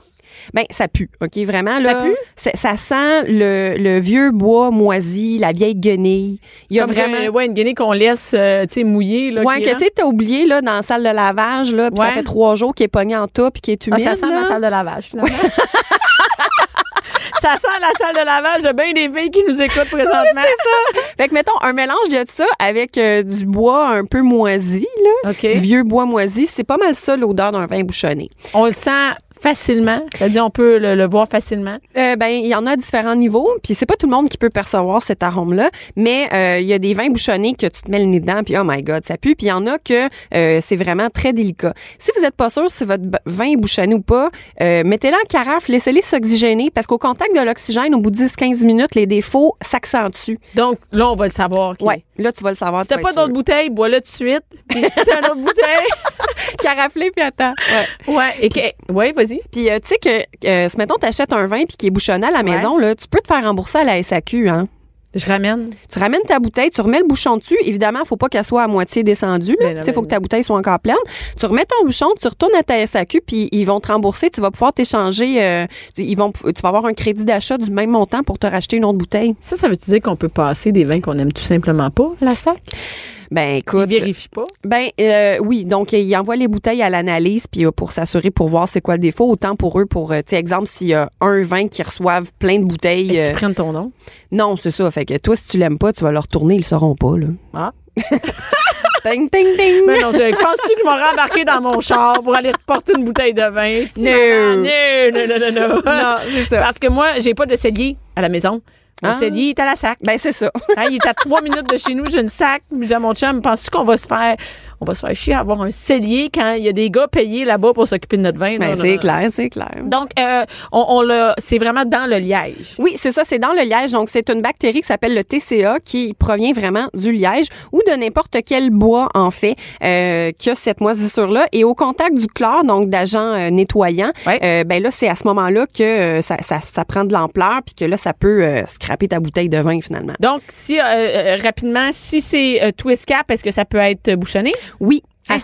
S4: Ben, ça pue, OK? Vraiment, là.
S3: Ça pue?
S4: Ça, ça sent le, le vieux bois moisi, la vieille guenille. Il y a
S3: Comme
S4: vraiment.
S3: que, ouais, une guinée qu'on laisse euh, tu sais, mouiller. Là,
S4: ouais,
S3: qui
S4: que
S3: est
S4: tu sais, t'as oublié, là, dans la salle de lavage, là, puis ça
S3: Ouais.
S4: fait trois jours qu'il est pogné en tas puis qu'il est
S3: Ah,
S4: humide.
S3: ça sent
S4: là.
S3: la salle de lavage, finalement. ça sent la salle de lavage de bien des filles qui nous écoutent présentement.
S4: Fait que, mettons, un mélange de ça avec euh, du bois un peu moisi, là.
S3: OK.
S4: Du vieux bois moisi, c'est pas mal ça, l'odeur d'un vin bouchonné.
S3: On le sent facilement. C'est-à-dire, on peut le, le voir facilement.
S4: Euh, ben, il y en a à différents niveaux, puis c'est pas tout le monde qui peut percevoir cet arôme-là, mais euh, il y a des vins bouchonnés que tu te mets le nez dedans, puis oh my God, ça pue, puis il y en a que euh, c'est vraiment très délicat. Si vous êtes pas sûr si votre b- vin est bouchonné ou pas, euh, mettez-le en carafe, laissez-les s'oxygéner, parce qu'au contact de l'oxygène, au bout de 10-15 minutes, les défauts s'accentuent.
S3: Donc, là, on va le savoir. OK.
S4: Ouais, là, tu vas le savoir.
S3: Si t'as
S4: tu vas
S3: pas
S4: être
S3: d'autres
S4: sûr.
S3: bouteilles, bois-le tout de suite. Puis si t'as une autre bouteille.
S4: Carafe-les, puis attends. Ouais.
S3: ouais, et que- ouais, vas-y.
S4: Puis euh, tu sais que, euh, si mettons, t'achètes un vin puis qui est bouchonné à la
S3: Ouais.
S4: maison, là, tu peux te faire rembourser à la SAQ, hein.
S3: Je ramène.
S4: Tu ramènes ta bouteille, tu remets le bouchon dessus. Évidemment, faut pas qu'elle soit à moitié descendue.
S3: Ben non,
S4: Il
S3: ben
S4: faut que
S3: non.
S4: ta bouteille soit encore pleine. Tu remets ton bouchon, tu retournes à ta SAQ, puis ils vont te rembourser. Tu vas pouvoir t'échanger. euh, tu- ils vont, pou- tu vas avoir un crédit d'achat du même montant pour te racheter une autre bouteille.
S3: Ça, ça veut dire qu'on peut passer des vins qu'on aime tout simplement pas, la sac?
S4: Ben
S3: On
S4: écoute,
S3: vérifie pas.
S4: ben euh, oui. Donc ils envoient les bouteilles à l'analyse, puis euh, pour s'assurer, pour voir c'est quoi le défaut. Autant pour eux, pour, euh, tu sais, exemple, s'il y a un vin qui reçoivent plein de bouteilles.
S3: Est-ce
S4: euh,
S3: qu'ils prennent ton nom?
S4: Non, c'est ça. Fait que toi, si tu l'aimes pas, tu vas le retourner, ils le sauront pas, là.
S3: Ah.
S4: Ding, ding, ding.
S3: Ben non, je, penses-tu que je m'aurais embarqué dans mon char pour aller reporter une bouteille de vin? Tu
S4: No.
S3: m'en- Non, non, non, non, non.
S4: Non, c'est ça.
S3: Parce que moi, j'ai pas de cellier à la maison. Mon
S4: Ah.
S3: cellier est à la sac.
S4: Ben, c'est ça.
S3: Hein, il est à trois minutes de chez nous, j'ai une sac. puis J'ai à mon chum, penses-tu qu'on va se faire, on va se faire chier à avoir un cellier quand il y a des gars payés là-bas pour s'occuper de notre vin? Non,
S4: Ben,
S3: non,
S4: c'est
S3: non.
S4: clair, c'est clair.
S3: Donc, euh, on, on l'a- c'est vraiment dans le liège.
S4: Oui, c'est ça, c'est dans le liège. Donc, c'est une bactérie qui s'appelle le TCA qui provient vraiment du liège ou de n'importe quel bois, en fait, euh, qui a cette moisissure-là. Et au contact du chlore, donc d'agents euh, nettoyants,
S3: Ouais.
S4: euh, ben là, c'est à ce moment-là que euh, ça, ça, ça prend de l'ampleur puis que là, ça peut euh, scraper ta bouteille de vin, finalement.
S3: Donc, si, euh, euh, rapidement, si c'est euh, twist cap, est-ce que ça peut être euh, bouchonné?
S4: Oui. À
S3: Hein?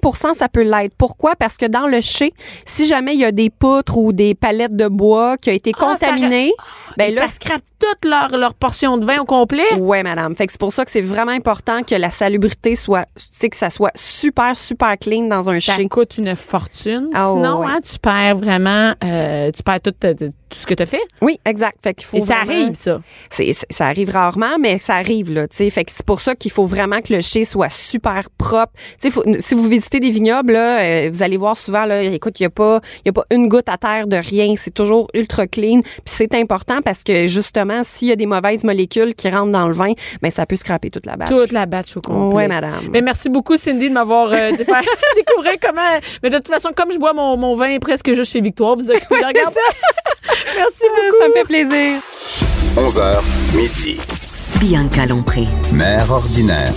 S4: 5 ça peut l'être. Pourquoi? Parce que dans le chai, si jamais il y a des poutres ou des palettes de bois qui ont été
S3: Ah, ça
S4: contaminées, ben
S3: Et
S4: là,
S3: ça scrape toute leur, leur portion de vin au complet.
S4: Oui, madame. Fait que c'est pour ça que c'est vraiment important que la salubrité soit, tu sais, que ça soit super, super clean dans un
S3: Ça
S4: chien.
S3: coûte une fortune.
S4: Ah,
S3: Sinon,
S4: ouais.
S3: hein, tu perds vraiment, euh, tu perds tout, euh, tout ce que tu fait.
S4: Oui, exact. Fait qu'il faut
S3: Et ça
S4: vraiment-
S3: arrive, ça.
S4: C'est, c'est- ça arrive rarement, mais ça arrive, là, tu sais. Fait que c'est pour ça qu'il faut vraiment que le chai soit super propre. Tu sais, faut- si vous visitez des vignobles, là, euh, vous allez voir souvent, là, écoute, il n'y a pas, il y a pas une goutte à terre de rien. C'est toujours ultra clean. Puis c'est important parce que, justement, s'il y a des mauvaises molécules qui rentrent dans le vin, ben, ça peut scraper toute la batch.
S3: Toute la batch au complet.
S4: Ouais, madame.
S3: Mais merci beaucoup, Cindy, de m'avoir euh, de faire découvrir comment. Mais de toute façon, comme je bois mon, mon vin presque juste chez Victoire, vous occupez de la garde. merci beaucoup.
S4: Ça me fait plaisir.
S2: 11h, midi.
S1: Bianca Lompré.
S2: Mère ordinaire.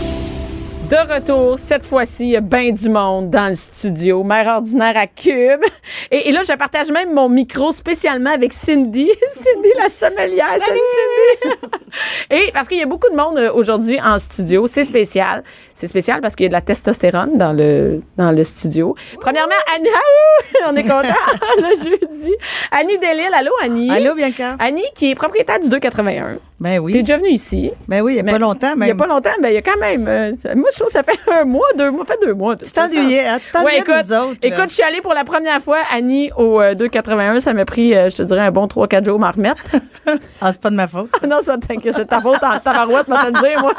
S3: De retour, cette fois-ci, il y a bien du monde dans le studio. Mère ordinaire à Cube. Et, et là, je partage même mon micro spécialement avec Cindy. Cindy, la sommelière. Salut, Cindy. et parce qu'il y a beaucoup de monde euh, aujourd'hui en studio. C'est spécial. C'est spécial parce qu'il y a de la testostérone dans le, dans le studio. Premièrement, Annie, Ah, ouh! on est content, le jeudi. Annie Delille. Allô, Annie.
S5: Allô, Bianca?
S3: Annie, qui est propriétaire du 281.
S5: Ben
S3: T'es
S5: oui.
S3: déjà venue ici.
S5: Ben oui, il n'y a
S3: Mais
S5: pas longtemps,
S3: Il n'y a
S5: même.
S3: pas longtemps, mais il y a quand même. euh, ça- moi, je trouve que ça fait un mois, deux mois, fait deux mois.
S5: Tu t'ennuyais, hein? Tu t'ennuyais de
S3: écoute,
S5: nous autres. là.
S3: écoute, je suis allée pour la première fois, Annie, au euh, 281. Ça m'a pris, euh, je te dirais, un bon 3-4 jours m'en remettre.
S5: Ah, c'est pas de ma faute. ça.
S3: non, ça, t'inquiète, c'est de ta faute en tabarouette, moi, te le dire, moi.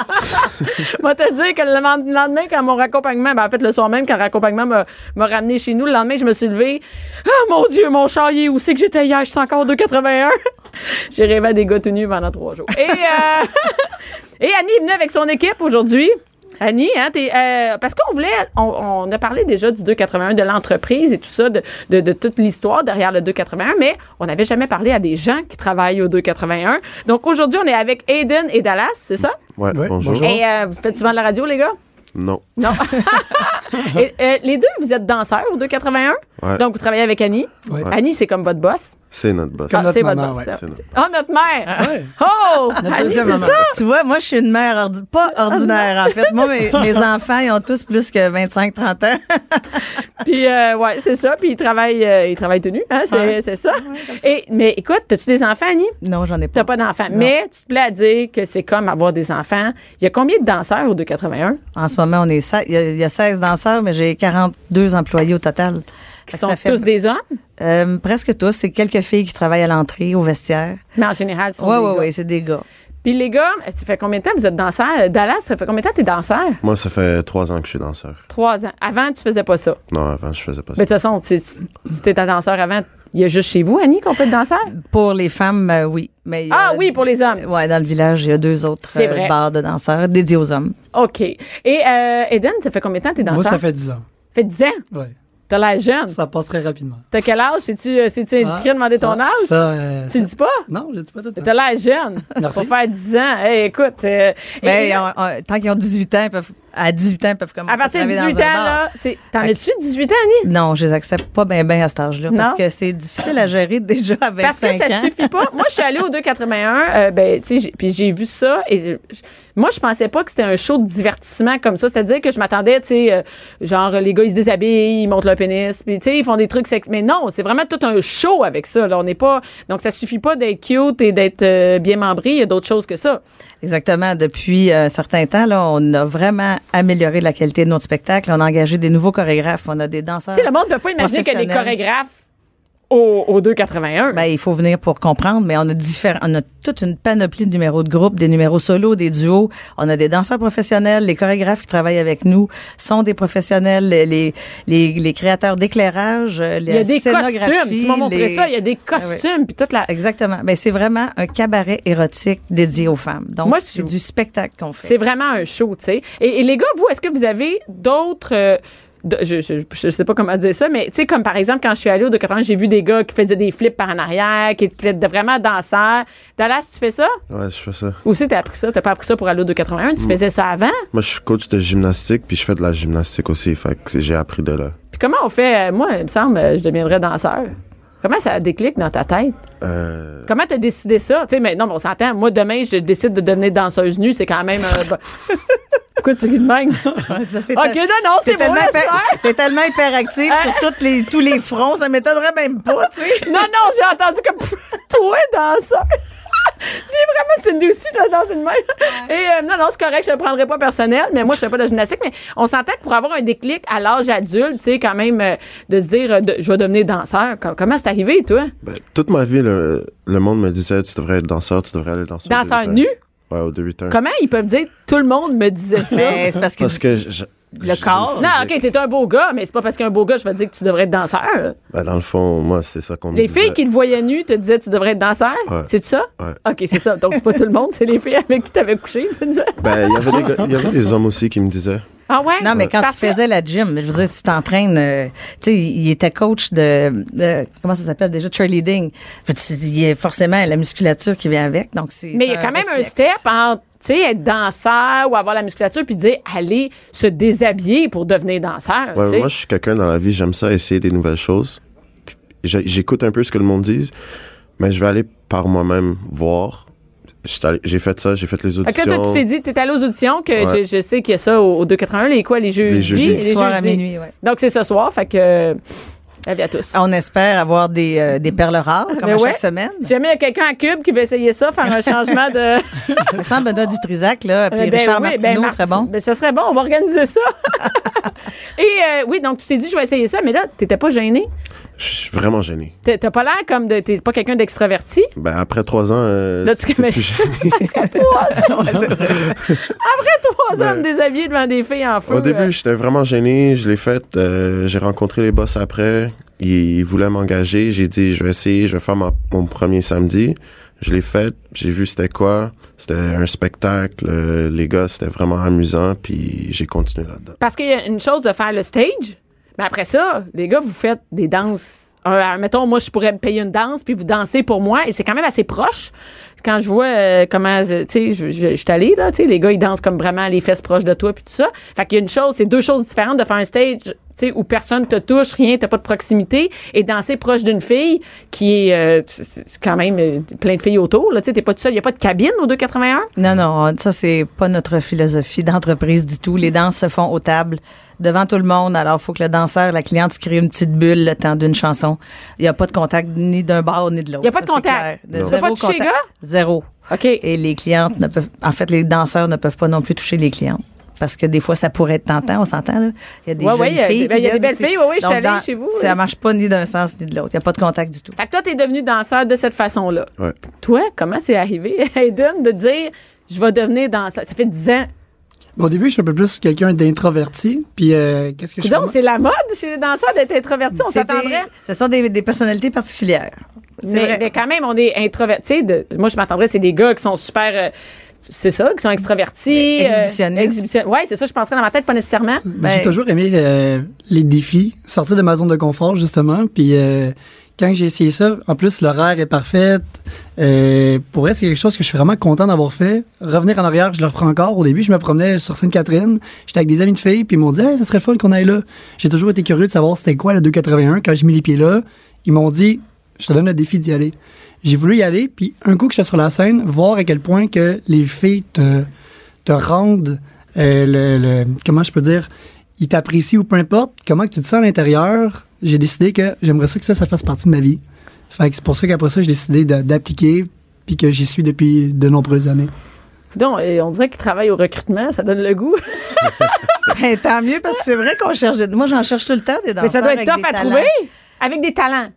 S3: moi, te le dire que le lend- lendemain, quand mon raccompagnement, ben, en fait, le soir même, quand le raccompagnement m'a, m'a ramené chez nous, le lendemain, je me suis levée. Ah, mon Dieu, mon char, il est où c'est que j'étais hier? Je suis encore au 281. J'ai rêvé à des gars tout nus pendant trois jours. Et, euh, et Annie est venue avec son équipe aujourd'hui. Annie, hein, t'es, euh, parce qu'on voulait, on, on a parlé déjà du 281, de l'entreprise et tout ça, de, de, de toute l'histoire derrière le 281, mais on n'avait jamais parlé à des gens qui travaillent au 281. Donc aujourd'hui, on est avec Aiden et Dallas, c'est ça?
S6: Ouais,
S7: Ouais,
S6: bonjour.
S7: bonjour.
S3: Et euh, vous faites souvent de la radio, les gars?
S7: Non.
S3: Non. Et, euh, les deux, vous êtes danseurs au 281.
S7: Ouais.
S3: Donc, vous travaillez avec Annie. Annie, c'est comme votre boss. Ah,
S7: C'est notre boss.
S6: Comme notre
S3: c'est votre
S6: maman,
S3: boss.
S6: ouais.
S3: ça.
S7: C'est notre-
S3: Oh, notre mère! Oh! Annie, c'est
S6: Ah deuxième maman.
S3: ça! Ah,
S5: Tu vois, moi, je suis une mère ordi- pas ordinaire, en fait. Moi, mes, mes enfants, ils ont tous plus que 25-30 ans.
S3: Puis, euh, ouais, c'est ça. Puis, il travaille, euh, il travaille tenu, hein, c'est
S5: Ouais.
S3: c'est ça. Et, mais écoute, t'as-tu des enfants, Annie?
S5: Non, j'en ai pas.
S3: T'as pas d'enfants. Mais tu te plais à dire que c'est comme avoir des enfants. Il y a combien de danseurs au 281?
S5: En ce moment, on est se- il y, a, il y a 16 danseurs, mais j'ai 42 employés au total.
S3: Qui
S5: Fait que
S3: sont
S5: ça fait-
S3: tous des hommes?
S5: Euh, presque tous. C'est quelques filles qui travaillent à l'entrée, au vestiaire.
S3: Mais en général, ce sont
S5: Oui,
S3: des
S5: oui,
S3: gars.
S5: oui, c'est des gars.
S3: Puis les gars, euh, ça fait combien de temps vous êtes danseur? Dallas, ça fait combien de temps que t'es danseur?
S6: Moi, ça fait trois ans que je suis danseur.
S3: Trois ans. Avant, tu faisais pas ça.
S6: Non, avant, je faisais pas ça.
S3: Mais de toute façon, tu tu t'étais danseur avant. Il y a juste chez vous, Annie, qu'on peut être danseur?
S5: Pour les femmes, euh, oui. Mais,
S3: Ah
S5: euh,
S3: oui, pour les hommes.
S5: Ouais, dans le village, il y a deux autres
S3: C'est
S5: euh,
S3: vrai.
S5: bars de danseurs dédiés aux hommes.
S3: OK. Et euh, Eden, ça fait combien de temps que t'es danseur?
S7: Moi, ça fait 10 ans.
S3: fait 10 ans.
S7: Ouais.
S3: T'as l'air jeune.
S7: Ça passe très rapidement.
S3: T'as quel âge? C'est-tu euh, c'est-tu indiscret de
S7: Ah,
S3: demander ton
S7: ah,
S3: âge?
S7: Ça, euh,
S3: tu
S7: ça-
S3: le dis pas?
S7: Non, je le dis pas tout
S3: T'as
S7: le temps.
S3: l'air jeune.
S7: Merci.
S3: Pour faire 10 ans. Hey, écoute. euh,
S5: Mais
S3: et-
S5: Ben, on- on- tant qu'ils ont 18 ans, ils peuvent, à 18 ans, ils peuvent commencer
S3: à
S5: à,
S3: partir de
S5: travailler
S3: 18
S5: dans
S3: ans,
S5: un bar.
S3: là, c'est- t'en as-tu 18 ans, Annie?
S5: Non, je les accepte pas bien bien à cet âge-là
S3: Non.
S5: parce que c'est difficile à gérer déjà à 25
S3: Parce que ça
S5: ans.
S3: suffit pas. Moi, je suis allée au 281, euh, ben, tu sais, j'ai- puis j'ai vu ça. Et je- je- moi, je pensais pas que c'était un show de divertissement comme ça. C'est-à-dire que je m'attendais, tu sais, euh, genre les gars ils se déshabillent, ils montent leur pénis, puis tu sais, ils font des trucs. sex- Mais non, c'est vraiment tout un show avec ça. Là, on n'est pas. Donc, ça suffit pas d'être cute et d'être euh, bien membré. Il y a d'autres choses que ça.
S5: Exactement. Depuis euh, un certain temps, là, on a vraiment amélioré la qualité de notre spectacle. On a engagé des nouveaux chorégraphes. On a des danseurs.
S3: Tu sais, le monde peut pas imaginer que des
S5: Professionnel.
S3: chorégraphes au, au 281.
S5: Ben, il faut venir pour comprendre, mais on a différents, on a toute une panoplie de numéros de groupe, des numéros solos, des duos. On a des danseurs professionnels, les chorégraphes qui travaillent avec nous sont des professionnels, les les, les- les créateurs d'éclairage, euh,
S3: il y a
S5: la
S3: des
S5: scénographie.
S3: costumes. Tu m'as montré
S5: les- Ah
S3: ça. Il y a des costumes puis toute la.
S5: Exactement. Ben, c'est vraiment un cabaret érotique dédié aux femmes. Donc,
S3: Moi, je-
S5: c'est du spectacle qu'on fait.
S3: C'est vraiment un show, tu sais. Et, et les gars, vous, est-ce que vous avez d'autres... euh, de- je, je, je sais pas comment dire ça, mais tu sais, comme par exemple, quand je suis allée au 280, j'ai vu des gars qui faisaient des flips par en arrière, qui étaient de- vraiment danseurs. Dallas, tu fais ça?
S6: Ouais, je fais ça.
S3: Ou si t'as appris ça? T'as pas appris ça pour aller au 281? Tu faisais ça avant?
S6: Moi, je suis coach de gymnastique, puis je fais de la gymnastique aussi. Fait que j'ai appris de là.
S3: Puis comment on fait? euh, Moi, il me semble, euh, je deviendrais danseur. Comment ça déclic dans ta tête?
S6: Euh,
S3: Comment t'as décidé ça? Tu sais, mais non, mais on s'entend. Moi, demain, je décide de devenir danseuse nue. C'est quand même... euh, bon. Pourquoi tu ris de même?
S5: C'est
S3: OK, non, non, c'est bon,
S5: tellement,
S3: laisse faire.
S5: hyper- t'es tellement hyperactif sur toutes les, tous les fronts, ça m'étonnerait même pas, tu sais.
S3: Non, non, j'ai entendu comme Pff, toi, danseur. j'ai vraiment Cindy aussi là, dans une main. Et euh, non, non, c'est correct, je le prendrai pas personnel, mais moi, je fais pas de gymnastique. Mais on s'entend que pour avoir un déclic à l'âge adulte, tu sais, quand même, euh, de se dire, euh, de- je vais devenir danseur. Com- comment c'est arrivé, toi?
S6: ben, toute ma vie, le, le monde me disait tu devrais être danseur, tu devrais aller danser. au
S3: Danseur
S6: 2-8-1.
S3: nu?
S6: Ouais, au 2 heures.
S3: Comment ils peuvent dire, tout le monde me disait ça?
S5: Mais c'est parce que,
S6: Parce que. je- je-
S5: Le
S6: je-
S5: corps.
S6: je-
S3: Non, OK, t'es un beau gars, mais c'est pas parce qu'un beau gars, je vais te dire que tu devrais être danseur.
S6: Ben, dans le fond, moi, c'est ça qu'on me
S3: Les
S6: disait.
S3: filles qui te voyaient nu te disaient, tu devrais être danseur.
S6: Ouais.
S3: C'est ça?
S6: Ouais.
S3: OK, c'est ça. Donc, c'est pas tout le monde, c'est les filles avec qui t'avais couché. tu disais.
S6: Ben, il y avait des gars- il y avait des hommes aussi qui me disaient.
S3: Ah ouais?
S5: non, mais quand
S3: Parce que-
S5: tu faisais la gym, je veux dire, tu t'entraînes, euh, tu sais, il était coach de, de- comment ça s'appelle déjà, cheerleading. Fait que Il y a forcément la musculature qui vient avec, donc c'est.
S3: Mais il y a quand même
S5: réflexe.
S3: un step entre tu sais, être danseur ou avoir la musculature puis dire aller se déshabiller pour devenir danseur.
S6: Ouais,
S3: tu sais.
S6: moi, je suis quelqu'un dans la vie, j'aime ça, essayer des nouvelles choses. Puis j'ai- J'écoute un peu ce que le monde dise, mais je vais aller par moi-même voir. J'étais allé- J'ai fait ça, j'ai fait les
S3: Fait que là,
S6: auditions.
S3: toi, tu t'es dit, t'es allé aux auditions, que
S6: Ouais.
S3: je, je sais qu'il y a ça au, au 281, les quoi, les jeudis?
S6: Les jeudis.
S5: Jeudi soir à minuit, Ah. ouais.
S3: Donc, c'est ce soir, fait que... euh, Avis à tous.
S5: On espère avoir des, euh, des perles rares, comme
S3: Mais
S5: à
S3: Ben ouais.
S5: chaque semaine.
S3: Si jamais il y a quelqu'un à Cube qui veut essayer ça, faire un changement de...
S5: Mais sans Benoît Dutrisac, là, puis
S3: Ben
S5: Richard
S3: oui, ben
S5: Martineau,
S3: Marti-
S5: serait bon.
S3: Ben, ça serait bon, on va organiser ça. Et euh, oui, donc tu t'es dit, je vais essayer ça, mais là, t'étais pas gêné.
S6: Je suis vraiment gêné.
S3: T'as t'as pas l'air comme... de- T'es pas quelqu'un d'extraverti.
S6: Ben, après trois ans. euh,
S3: Là, tu
S6: t'es
S3: connais-
S6: plus gêné.
S3: trois hommes déshabillés devant des filles en feu.
S6: Ben, Au
S3: euh,
S6: début, j'étais vraiment gêné. Je l'ai fait. euh, j'ai rencontré les boss après. Ils, ils voulaient m'engager. J'ai dit, je vais essayer. Je vais faire ma- mon premier samedi. Je l'ai fait. J'ai vu c'était quoi. C'était un spectacle. euh, les gars, c'était vraiment amusant. Puis j'ai continué là-dedans.
S3: Parce qu'il y a une chose de faire le stage, mais après ça, les gars, vous faites des danses. Euh, mettons, moi, je pourrais me payer une danse, puis vous dansez pour moi, et c'est quand même assez proche. Quand je vois euh, comment, euh, tu sais, je, je, je suis allée, là, tu sais, les gars, ils dansent comme vraiment les fesses proches de toi, puis tout ça. Fait qu'il y a une chose, c'est deux choses différentes de faire un stage, tu sais, où personne te touche, rien, t'as pas de proximité, et danser proche d'une fille qui est, euh, c'est c'est quand même euh, plein de filles autour, là, tu sais, t'es pas tout seul, il y a pas de cabine au 281.
S5: Non, non, on- ça, c'est pas notre philosophie d'entreprise du tout. Les danses se font aux tables devant tout le monde. Alors, il faut que le danseur, la cliente, se crée une petite bulle le temps d'une chanson. Il n'y a pas de contact ni d'un bar ni de l'autre.
S3: Il y a pas de
S5: Ça, c'est
S3: contact.
S5: clair.
S3: Tu peux pas
S5: zéro
S3: toucher les
S5: contact. Zéro.
S3: OK.
S5: Et les clientes ne peuvent, en fait, les danseurs ne peuvent pas non plus toucher les clientes. Parce que des fois, ça pourrait être tentant, on s'entend, là. Il y a des
S3: Ouais,
S5: jolies
S3: ouais, il y a-
S5: filles.
S3: ben,
S5: qui
S3: il y a des
S5: viennent
S3: belles
S5: aussi.
S3: filles, ouais, ouais, je suis
S5: Donc,
S3: allée
S5: dans-
S3: chez vous, là.
S5: Ça marche pas ni d'un sens ni de l'autre. Il n'y a pas de contact du tout.
S3: Fait que toi, t'es devenu danseur de cette façon-là.
S6: Ouais.
S3: Toi, comment c'est arrivé, Aiden, de dire je vais devenir danseur? Ça fait 10 ans.
S7: Bon, au début, je suis un peu plus quelqu'un d'introverti. Puis, euh, qu'est-ce que je
S3: Donc,
S7: fais?
S3: c'est la mode chez les danseurs d'être introverti. On
S5: C'est des-
S3: s'attendrait.
S5: Ce sont des, des personnalités particulières. C'est
S3: Mais,
S5: vrai.
S3: mais quand même, on est introverti. De- Moi, je m'attendrais, c'est des gars qui sont super. euh, c'est ça, qui sont extravertis. euh,
S5: Exhibitionnistes.
S3: exhibition- Ouais, c'est ça, je penserais dans ma tête, pas nécessairement.
S7: J'ai
S5: Ben-
S7: toujours aimé euh, les défis, sortir de ma zone de confort, justement. Puis, euh, quand j'ai essayé ça, en plus, l'horaire est parfait. Euh, pour vrai, c'est quelque chose que je suis vraiment content d'avoir fait. Revenir en arrière, je le reprends encore. Au début, je me promenais sur Sainte-Catherine. J'étais avec des amis de filles, puis ils m'ont dit hey, « ça serait le fun qu'on aille là ». J'ai toujours été curieux de savoir c'était quoi le 281. Quand j'ai mis les pieds là, ils m'ont dit « je te donne le défi d'y aller ». J'ai voulu y aller, puis un coup que j'étais sur la scène, voir à quel point que les filles te, te rendent euh, le, le- comment je peux dire ils t'apprécient ou peu importe comment que tu te sens à l'intérieur j'ai décidé que j'aimerais ça que ça ça fasse partie de ma vie fait que c'est pour ça qu'après ça j'ai décidé de- d'appliquer puis que j'y suis depuis de nombreuses années
S3: Donc, euh, on dirait qu'ils travaillent au recrutement, ça donne le goût.
S5: Ben, tant mieux parce que c'est vrai qu'on cherche. de- Moi, j'en cherche tout le temps des danseurs.
S3: Mais ça doit être
S5: avec
S3: tough
S5: des
S3: à
S5: talents.
S3: trouver avec des talents.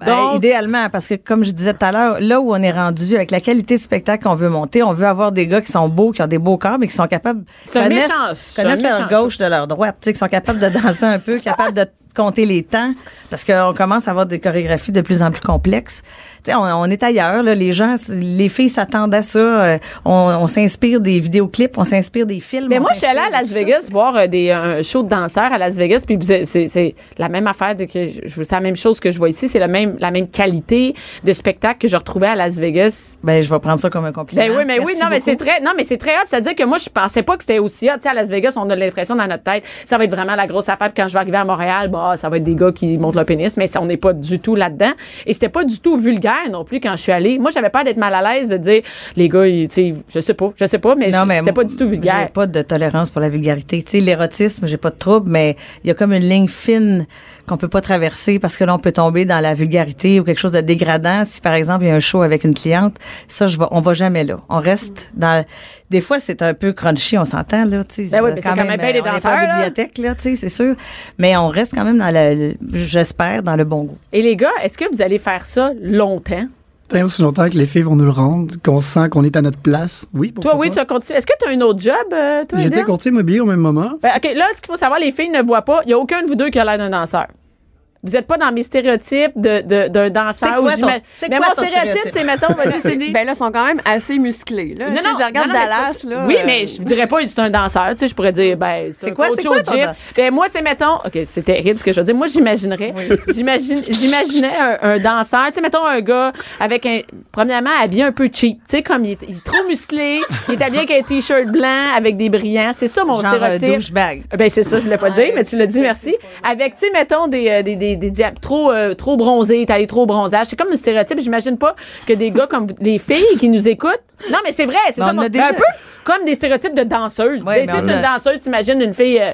S5: Ben,
S3: Donc-
S5: idéalement, parce que comme je disais tout à l'heure, là où on est rendu avec la qualité de spectacle qu'on veut monter, on veut avoir des gars qui sont beaux, qui ont des beaux corps, mais qui sont capables
S3: C'est un
S5: connaissent,
S3: méchant, c'est
S5: connaissent
S3: un
S5: leur
S3: méchant,
S5: gauche de leur droite, tu sais, qui sont capables de danser un peu, capables de compter les temps, parce qu'on commence à avoir des chorégraphies de plus en plus complexes. Tu sais, on, on est ailleurs, là, les gens, les filles s'attendent à ça. euh, on on s'inspire des vidéoclips, on s'inspire des films.
S3: Mais
S5: on
S3: moi, je suis allée à
S5: s'inspire de
S3: Las
S5: tout ça.
S3: Vegas voir euh, des, un show de danseurs à Las Vegas, puis c'est- c'est c'est la même affaire de que je- je- c'est la même chose que je vois ici, c'est la même la même qualité de spectacle que je retrouvais à Las Vegas.
S5: Ben, je vais prendre ça comme un compliment.
S3: Ben oui, mais oui,
S5: Merci
S3: non, mais
S5: beaucoup.
S3: c'est très, non, mais c'est très hot. C'est-à-dire que moi, je pensais pas que c'était aussi hot. Tu sais, à Las Vegas, on a l'impression dans notre tête, ça va être vraiment la grosse affaire. Puis quand je vais arriver à Montréal, bah, ça va être des gars qui montent le pénis, mais ça, on n'est pas du tout là-dedans. Et c'était pas du tout vulgaire non plus quand je suis allée. Moi, j'avais peur d'être mal à l'aise de dire, les gars, ils- tu sais, je sais pas, je sais pas, mais, je- c'était pas
S5: moi,
S3: du tout
S5: J'ai
S3: vulgaire.
S5: pas de tolérance pour la vulgarité. Tu sais, l'érotisme, j'ai pas de trouble, mais il y a comme une ligne fine qu'on peut pas traverser parce que là, on peut tomber dans la vulgarité ou quelque chose de dégradant. Si, par exemple, il y a un show avec une cliente, ça, je vais, on va jamais là. On reste dans, des fois, c'est un peu crunchy, on s'entend, là, tu sais.
S3: Ben oui, mais c'est quand même bien les
S5: euh, on est pas
S3: danseurs,
S5: à
S3: là.
S5: la bibliothèque, là, tu sais, c'est sûr. Mais on reste quand même dans la, le- j'espère, dans le bon goût.
S3: Et les gars, est-ce que vous allez faire ça longtemps?
S7: tant aussi longtemps que les filles vont nous le rendre qu'on sent qu'on est à notre place oui pourquoi
S3: Toi, oui, tu
S7: pas.
S3: as continué. Est-ce que tu as un autre job, euh, toi,
S7: j'étais
S3: Hélène?
S7: courtier immobilier au même moment
S3: Ben, OK, là, ce qu'il faut savoir, les filles ne voient pas. Il n'y a aucun de vous deux qui a l'air d'un danseur. Vous n'êtes pas dans mes stéréotypes de- de- d'un danseur.
S5: C'est quoi
S3: où
S5: ton-
S3: j'imagine-
S5: c'est
S3: Mais
S5: quoi
S3: mon
S5: ton
S3: stéréotype,
S5: stéréotype?
S3: c'est, mettons, vas-y, c'est des-
S4: Ben là, ils sont quand même assez musclés. Là. Tu sais, je regarde
S3: non, non, mais
S4: Dallas.
S3: c'est pas-
S4: là,
S3: oui,
S4: euh,
S3: mais je dirais pas c'est un danseur. Tu sais, je pourrais dire, ben, c'est,
S5: C'est
S3: un
S5: quoi-
S3: coach
S5: c'est quoi
S3: au
S5: ton
S3: gym.
S5: dan-
S3: Ben, moi, c'est, mettons, OK, c'est terrible ce que je veux dire. Moi, j'imaginerais, j'imagine, j'imaginais un, un danseur, tu sais, mettons un gars avec un, premièrement, habillé un peu cheap. Tu sais, comme il est, il est trop musclé, il est habillé avec un T-shirt blanc, avec des brillants. C'est ça, mon
S5: Genre euh,
S3: stéréotype.
S5: douchebag.
S3: Ben c'est ça, je voulais pas dire, mais tu l'as dit, merci. Avec, tu sais, mettons des, euh, des, des, des diap- trop, euh, trop bronzés, t'as les trop bronzage. C'est comme un stéréotype. J'imagine pas que des gars comme vous- les filles qui nous écoutent. Non, mais c'est vrai, c'est
S5: Ben,
S3: ça.
S5: on
S3: mon-
S5: a
S3: ben,
S5: déjà-
S3: Un peu comme des stéréotypes de danseuses. tu sais,
S5: Ouais, mais
S3: tu
S5: on
S3: sais, une
S5: a-
S3: danseuse, t'imagines une fille. euh,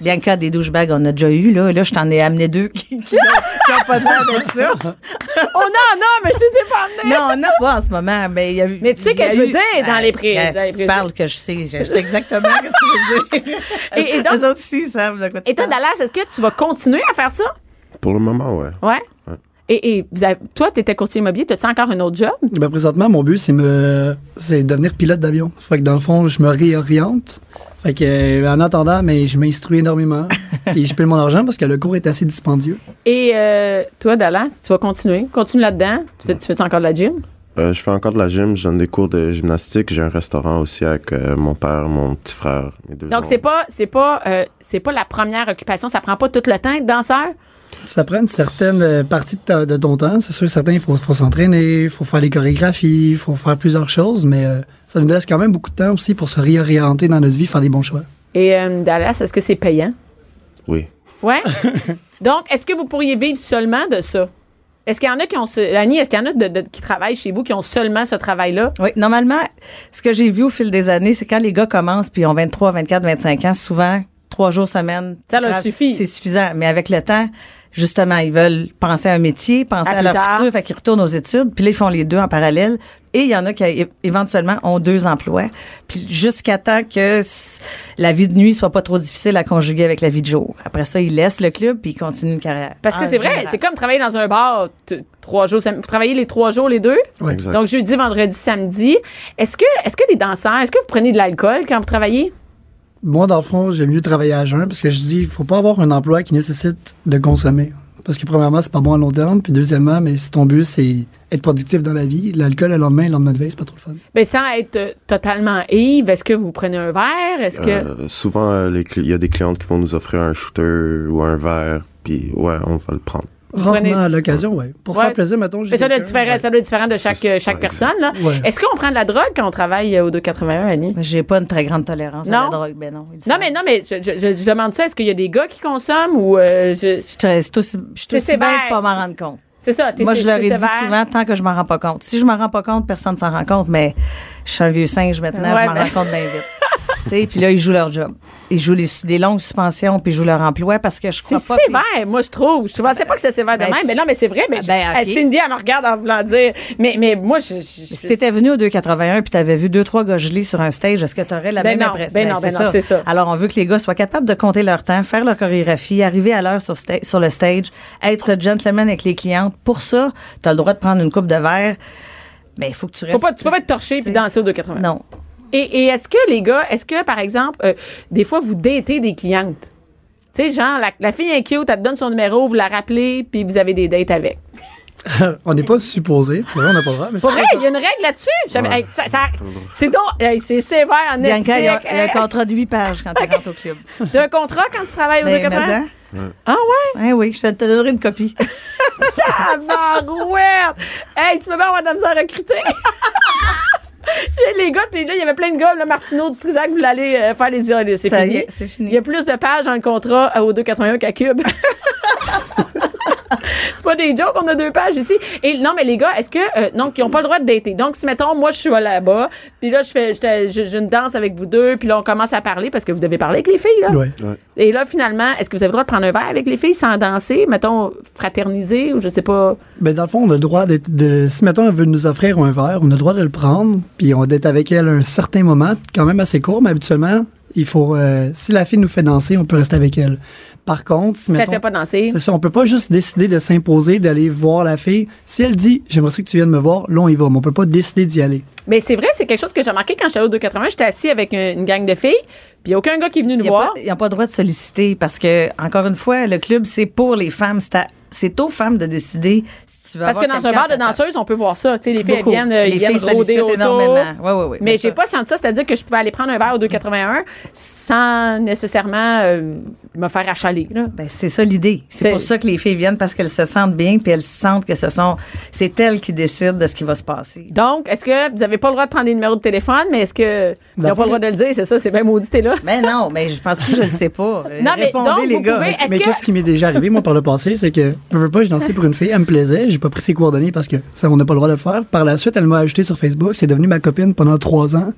S5: Bien qu'à des douchebags, on a déjà eu, là. Là, je t'en ai amené deux qui n'ont pas l'air d'être ça.
S3: oh non, non, mais je sais pas amené.
S5: Non, on n'a pas en ce moment, mais il y a eu.
S3: Mais tu sais
S5: il y a
S3: que je veux
S5: eu-
S3: dire dans les pré-
S5: Ah,
S3: dans les
S5: tu
S3: préjugés.
S5: parles que je sais. Je sais exactement ce que tu veux dire.
S3: Et- et donc-
S5: Les autres aussi savent de quoi tu
S3: Et toi,
S5: parles.
S3: Dallas, est-ce que tu vas continuer à faire ça?
S6: Pour le moment, ouais.
S3: Ouais. Et, et vous avez- toi, t'étais courtier immobilier, t'as-tu encore un autre job?
S7: Ben, présentement, mon but, c'est me, c'est devenir pilote d'avion. Fait que dans le fond, je me réoriente. Fait que, euh, en attendant, mais je m'instruis énormément. et je paye mon argent parce que le cours est assez dispendieux.
S3: Et euh, toi, Dallas, tu vas continuer. Continue là-dedans. Tu fais- tu fais-tu encore de la gym?
S6: Euh, je fais encore de la gym, je donne des cours de gymnastique, j'ai un restaurant aussi avec euh, mon père, mon petit frère, mes deux
S3: Donc
S6: oncles.
S3: c'est pas c'est pas euh, c'est pas la première occupation, ça prend pas tout le temps être danseur.
S7: Ça prend une certaine euh, partie de, ta- de ton temps. C'est sûr, certains, il faut, faut s'entraîner, il faut faire les chorégraphies, il faut faire plusieurs choses, mais euh, ça nous laisse quand même beaucoup de temps aussi pour se réorienter dans notre vie, faire des bons choix.
S3: Et euh, Dallas, est-ce que c'est payant
S6: Oui.
S3: Ouais. Donc est-ce que vous pourriez vivre seulement de ça Est-ce qu'il y en a qui ont ce... Annie, est-ce qu'il y en a de- de- qui travaillent chez vous qui ont seulement ce travail là
S5: Oui, normalement, ce que j'ai vu au fil des années, c'est quand les gars commencent puis ils ont 23, 24, 25 ans, souvent trois jours semaine.
S3: Ça leur
S5: Tra-
S3: suffit.
S5: C'est suffisant. Mais avec le temps, justement, ils veulent penser à un métier, penser
S3: À
S5: à,
S3: plus
S5: leur
S3: tard.
S5: futur, fait qu'ils retournent aux études, puis là, ils font les deux en parallèle. Et il y en a qui é- éventuellement ont deux emplois, puis jusqu'à temps que s- la vie de nuit soit pas trop difficile à conjuguer avec la vie de jour. Après ça, ils laissent le club puis ils continuent une carrière.
S3: Parce que
S5: En
S3: c'est vrai,
S5: général.
S3: c'est comme travailler dans un bar t- trois jours. sam- Vous travaillez les trois jours, les deux?
S7: Ouais.
S6: Exact.
S3: Donc, jeudi, vendredi, samedi. Est-ce que, est-ce que les danseurs, est-ce que vous prenez de l'alcool quand vous travaillez?
S7: Moi, dans le fond, j'aime mieux travailler à jeun parce que je dis, il faut pas avoir un emploi qui nécessite de consommer. Parce que premièrement, c'est pas bon à long terme. Puis deuxièmement, mais si ton but, c'est être productif dans la vie, l'alcool le lendemain, le lendemain de veille, c'est pas trop le fun.
S3: Ben, sans être euh, totalement ivre, est-ce que vous prenez un verre? Est-ce que.
S6: Euh, souvent, euh, les cli- il y a des clientes qui vont nous offrir un shooter ou un verre, puis ouais, on va le prendre.
S7: Rarement
S3: prenez-
S7: à l'occasion, ouais. Pour
S3: Ouais.
S7: faire plaisir, mettons, j'ai
S3: Mais ça doit, être
S7: quelqu'un,
S3: différent,
S7: ouais.
S3: ça doit être différent de chaque,
S6: C'est-
S3: euh, chaque
S6: ouais,
S3: personne. Là.
S7: Ouais.
S3: Est-ce qu'on prend de la drogue quand on travaille euh, au 281, Annie?
S5: Mais J'ai pas une très grande tolérance à
S3: Non.
S5: la drogue, ben non. ils le
S3: Non,
S5: savent.
S3: mais non, mais je, je- je- je demande ça. Est-ce qu'il y a des gars qui consomment ou. euh, je-
S5: Je suis très- c'est aussi, je
S3: C'est
S5: suis aussi bien
S3: sévère.
S5: de pas m'en rendre compte.
S3: C'est ça, t'es
S5: Moi, je
S3: t'es
S5: leur ai dit
S3: sévère.
S5: souvent, tant que je m'en rends pas compte. Si je m'en rends pas compte, personne ne s'en rend compte, mais je suis un vieux singe maintenant,
S3: Ouais, ben.
S5: je m'en
S3: mais-
S5: rends compte bien vite. tu sais, puis là, ils jouent leur job. Ils jouent les, des longues suspensions, puis ils jouent leur emploi parce que je
S3: C'est
S5: crois pas que-
S3: sévère, moi, je trouve. Je pensais pas que c'est sévère de
S5: ben,
S3: même.
S5: tu-
S3: Mais non, mais c'est vrai. Mais je-
S5: Ben, ok.
S3: eh, Cindy, elle me regarde en voulant dire. Mais, mais moi, je. je- je-
S5: Si t'étais venu au 281 puis t'avais vu deux trois gars gelés sur un stage, est-ce que t'aurais la
S3: Ben
S5: même
S3: non,
S5: impression
S3: ben non, ben non, c'est ça.
S5: Alors on veut que les gars soient capables de compter leur temps, faire leur chorégraphie, arriver à l'heure sur, sta- sur le stage, être gentleman avec les clientes. Pour ça, t'as le droit de prendre une coupe de verre, mais il faut que tu restes.
S3: Faut pas, tu peux pas être torché puis danser au 2,80.
S5: Non.
S3: Et, et est-ce que, les gars, est-ce que, par exemple, euh, des fois, vous datez des clientes? Tu sais, genre, la, la fille est cute, elle te donne son numéro, vous la rappelez, puis vous avez des dates avec.
S7: on n'est pas supposé. Pour vrai, on n'a pas le droit. Mais
S3: Pour
S7: c'est-
S3: vrai, il y a une règle là-dessus. J'avais- hey, ça- ça- c'est donc, hey, c'est sévère en
S5: Bianca, il y a, il y a un
S3: éthique, hey.
S5: contrat de 8 pages quand tu rentres au club.
S3: T'as un contrat quand tu travailles au
S5: Mais,
S3: 2,80?
S5: Ben, mais,
S3: Ah ouais?
S5: hein, oui, je te, te donnerai une copie.
S3: Tabarouette! Hey, tu peux pas avoir de la misère à recruter? C'est les gars, t'es là, il y avait plein de gars, le Martineau du Trisac, vous l'allez euh, faire les idoles. C'est
S5: Ça
S3: fini.
S5: y est, c'est fini.
S3: Il y a plus de pages dans le contrat euh, au 281 qu'à Cube. C'est pas des jokes, on a deux pages ici. Et non, mais les gars, est-ce que euh, donc ils ont pas le droit de dater Donc si mettons moi je suis là-bas, puis là je fais je, te- je- j'ai une danse avec vous deux, puis là on commence à parler parce que vous devez parler avec les filles là.
S7: Ouais.
S3: Et là finalement, est-ce que vous avez le droit de prendre un verre avec les filles sans danser, mettons fraterniser ou je sais pas.
S7: Ben, dans le fond, on a le droit d'être. De, si, mettons, elle veut nous offrir un verre, on a le droit de le prendre, puis on d'être avec elle un certain moment, quand même assez court, mais habituellement, il faut. euh, si la fille nous fait danser, on peut rester avec elle. Par contre, si,
S3: Ça
S7: mettons.
S3: te fait pas danser.
S7: C'est ça, on peut pas juste décider de s'imposer, d'aller voir la fille. Si elle dit, j'aimerais ça que tu viennes me voir, là, on y va, mais on peut pas décider d'y aller.
S3: Mais c'est vrai, c'est quelque chose que j'ai remarqué quand j'étais au 280, j'étais assis avec une, une gang de filles, puis y a aucun gars qui est venu nous
S5: Il n'y a,
S3: voir.
S5: pas- il y a pas le droit de solliciter parce que, encore une fois, le club, c'est pour les femmes. C'est à- C'est aux femmes de décider si tu veux
S3: Parce que
S5: avoir
S3: dans un
S5: quelqu'un
S3: bar de
S5: à ta table.
S3: danseuses, on peut voir ça. Tu sais, les filles elles
S5: Beaucoup.
S3: viennent, euh,
S5: Les
S3: ils viennent
S5: filles
S3: rôder
S5: sollicitent
S3: autour.
S5: énormément. Ouais, ouais, ouais,
S3: mais
S5: bien
S3: j'ai
S5: sûr.
S3: pas senti ça, c'est-à-dire que je pouvais aller prendre un verre au 281 sans nécessairement euh, me faire achaler. Là.
S5: Ben, c'est ça l'idée.
S3: C'est-
S5: C'est pour ça que les filles viennent parce qu'elles se sentent bien puis elles sentent que ce sont c'est elles qui décident de ce qui va se passer.
S3: Donc, est-ce que vous avez pas le droit de prendre des numéros de téléphone, mais est-ce que vous n'avez pas le droit de le dire, c'est ça, c'est bien maudit, t'es là.
S5: Mais non, mais je pense que je le sais pas.
S3: Non, mais
S5: Répondez,
S3: donc,
S5: les
S3: vous
S5: gars.
S3: pouvez- Est-ce
S7: Mais
S3: que-
S7: qu'est-ce qui m'est déjà arrivé, moi, par le passé, c'est que, je veux pas, j'ai dansé pour une fille, elle me plaisait, j'ai pas pris ses coordonnées parce que ça, on n'a pas le droit de le faire. Par la suite, elle m'a ajouté sur Facebook, c'est devenu ma copine pendant trois ans.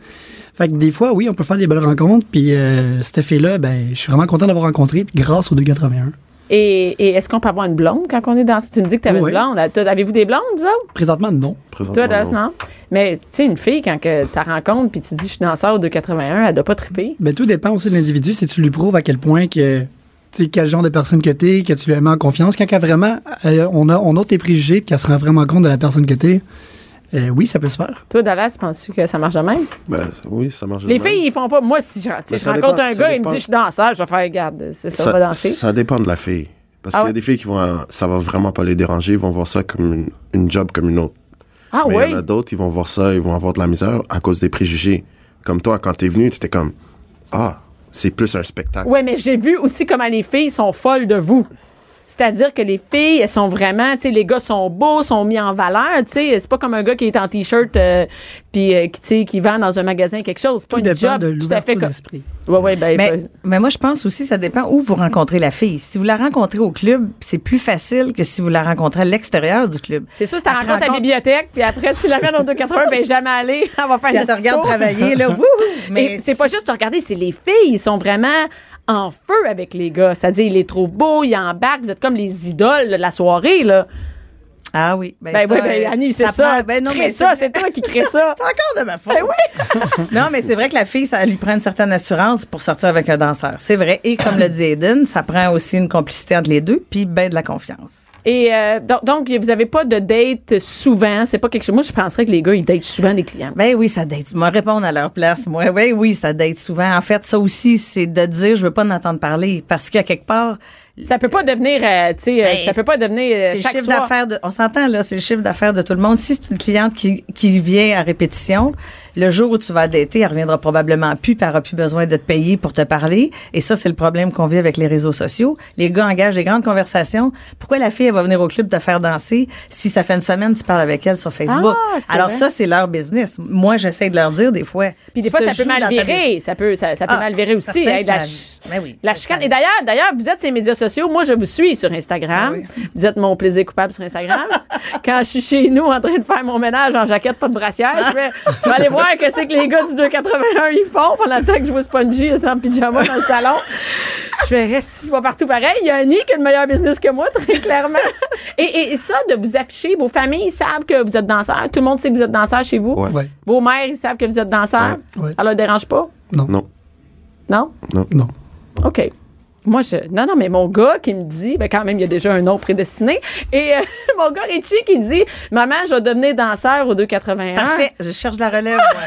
S7: Fait que des fois, oui, on peut faire des belles rencontres, puis euh, cette fille-là, ben, je suis vraiment content d'avoir rencontré, puis grâce au 281.
S3: Et, et est-ce qu'on peut avoir une blonde quand on est dans. Tu me dis que t'avais
S7: Oui.
S3: une blonde. T'as- Avez-vous des blondes, vous autres?
S7: Présentement, non.
S3: Toi,
S6: Présentement,
S3: Dallas,
S6: Ah, non.
S3: non? Mais, tu sais, une fille, quand que t'as rencontre puis tu dis, je suis danseur au 281, elle doit pas triper.
S7: Ben, tout dépend aussi de l'individu, si tu lui prouves à quel point que, tu sais, quel genre de personne que t'es, que tu lui mets en confiance. Quand qu'elle vraiment, euh, on a, on a tes préjugés, puis qu'elle se rend vraiment compte de la personne que t'es, euh, oui, ça peut se faire.
S3: Toi, Dallas, penses-tu que ça marche de même?
S6: Ben, oui, ça marche. de
S3: Les
S6: même.
S3: filles, ils font pas. Moi, si je, tu sais,
S6: Mais
S3: je
S6: ça
S3: rencontre
S6: dépend,
S3: un
S6: ça
S3: gars, il me
S6: dépend.
S3: dit, je suis danseur, je vais faire, regarde, c'est ça, on va danser.
S6: ça dépend de la fille. Parce
S3: Ah
S6: qu'il y
S3: ouais?
S6: a des filles qui vont, euh, ça va vraiment pas les déranger, ils vont voir ça comme une, une job comme une autre.
S3: ah
S6: Mais il
S3: oui?
S6: y en a d'autres, ils vont voir ça, ils vont avoir de la misère à cause des préjugés. Comme toi, quand t'es venu, t'étais comme, ah, c'est plus un spectacle.
S3: Ouais, mais j'ai vu aussi comment les filles sont folles de vous. C'est-à-dire que les filles, elles sont vraiment, tu sais, les gars sont beaux, sont mis en valeur, tu sais. C'est pas comme un gars qui est en t-shirt, euh, puis euh, qui, tu sais, qui vend dans un magasin quelque chose. C'est pas
S7: Tout
S3: une
S7: dépend
S3: job
S7: de
S3: tout à fait
S7: l'ouverture
S3: comme.
S7: d'esprit.
S3: Ouais, ouais, ben,
S5: Mais,
S3: ben,
S5: mais moi, je pense aussi, ça dépend où vous rencontrez la fille. Si vous la rencontrez au club, c'est plus facile que si vous la rencontrez à l'extérieur du club.
S3: C'est sûr, si tu
S5: Elle te
S3: rencontres à la
S5: rencontre-
S3: bibliothèque, puis après, tu l'amènes au 280, ben jamais aller. On va faire
S5: Puis
S3: une
S5: elle te regarde
S3: photo.
S5: travailler, là, wouhou!
S3: Et c'est pas juste te regarder, c'est les filles. Ils sont vraiment en feu avec les gars. C'est-à-dire, il est trop beau, il embarque, vous êtes comme les idoles là, de la soirée, là.
S5: Ah oui. Ben,
S3: Ben
S5: ça,
S3: oui, ben,
S5: euh,
S3: Annie, c'est ça.
S5: prend- ben non,
S3: Crée
S5: mais
S3: ça, c'est toi qui crée ça.
S5: C'est encore de ma faute.
S3: Ben oui.
S5: non, mais c'est vrai que la fille, ça lui prend une certaine assurance pour sortir avec un danseur. C'est vrai. Et comme le dit Eden, ça prend aussi une complicité entre les deux, puis ben de la confiance.
S3: Et euh, donc, donc, vous avez pas de date souvent. C'est pas quelque chose. Moi, je penserais que les gars, ils datent souvent des clients.
S5: Ben oui, ça date. Moi, répondre à leur place, moi. Oui, oui, ça date souvent. En fait, ça aussi, c'est de dire, je veux pas en entendre parler, parce qu'à quelque part,
S3: Ça peut pas devenir, euh, tu sais, euh,
S5: Ben,
S3: ça peut pas devenir euh,
S5: c'est le
S3: chaque
S5: chiffre
S3: soir.
S5: d'affaires de, on s'entend là, c'est le chiffre d'affaires de tout le monde. Si c'est une cliente qui, qui vient à répétition, le jour où tu vas dater, elle reviendra probablement plus, puis elle aura plus besoin de te payer pour te parler. Et ça, c'est le problème qu'on vit avec les réseaux sociaux. Les gars engagent des grandes conversations. Pourquoi la fille elle va venir au club te faire danser si ça fait une semaine tu parles avec elle sur Facebook
S3: Ah, c'est
S5: Alors
S3: vrai.
S5: ça, c'est leur business. Moi, j'essaie de leur dire des fois.
S3: Puis des
S5: tu
S3: fois,
S5: te
S3: ça peut
S5: joues
S3: mal
S5: dans ta business.
S3: virer. Ça peut, ça, ça peut
S5: Ah,
S3: mal virer aussi.
S5: certain,
S3: Hey, la
S5: ça-
S3: ch-
S5: ben oui,
S3: la
S5: ça-
S3: chicane.
S5: ça-
S3: Et d'ailleurs, d'ailleurs, vous êtes ces médias sociaux. Moi, je vous suis sur Instagram.
S5: Ah
S3: Vous êtes mon plaisir coupable sur Instagram. Quand je suis chez nous en train de faire mon ménage en jaquette, pas de brassière, je vais, je vais aller voir que c'est que les gars du 281 ils font pendant le temps que je vois Spongy en pyjama dans le salon. Je fais reste six fois partout pareil. Il y a Annie qui a le meilleur business que moi, très clairement. Et, et- et ça, de vous afficher, vos familles savent que vous êtes danseur. Tout le monde sait que vous êtes danseur chez vous.
S6: Ouais.
S7: Ouais.
S3: Vos mères, ils savent que vous êtes danseur.
S7: Ouais. Ouais.
S3: Ça leur dérange pas?
S7: Non.
S6: Non,
S3: Non?
S7: Non.
S3: OK. Moi, je. Non, non, mais mon gars qui me dit, ben quand même, il y a déjà un nom prédestiné. Et euh, mon gars Richie qui dit Maman, je vais devenir danseur au 281.
S5: Parfait, je cherche la relève.
S3: Ah!
S5: moi.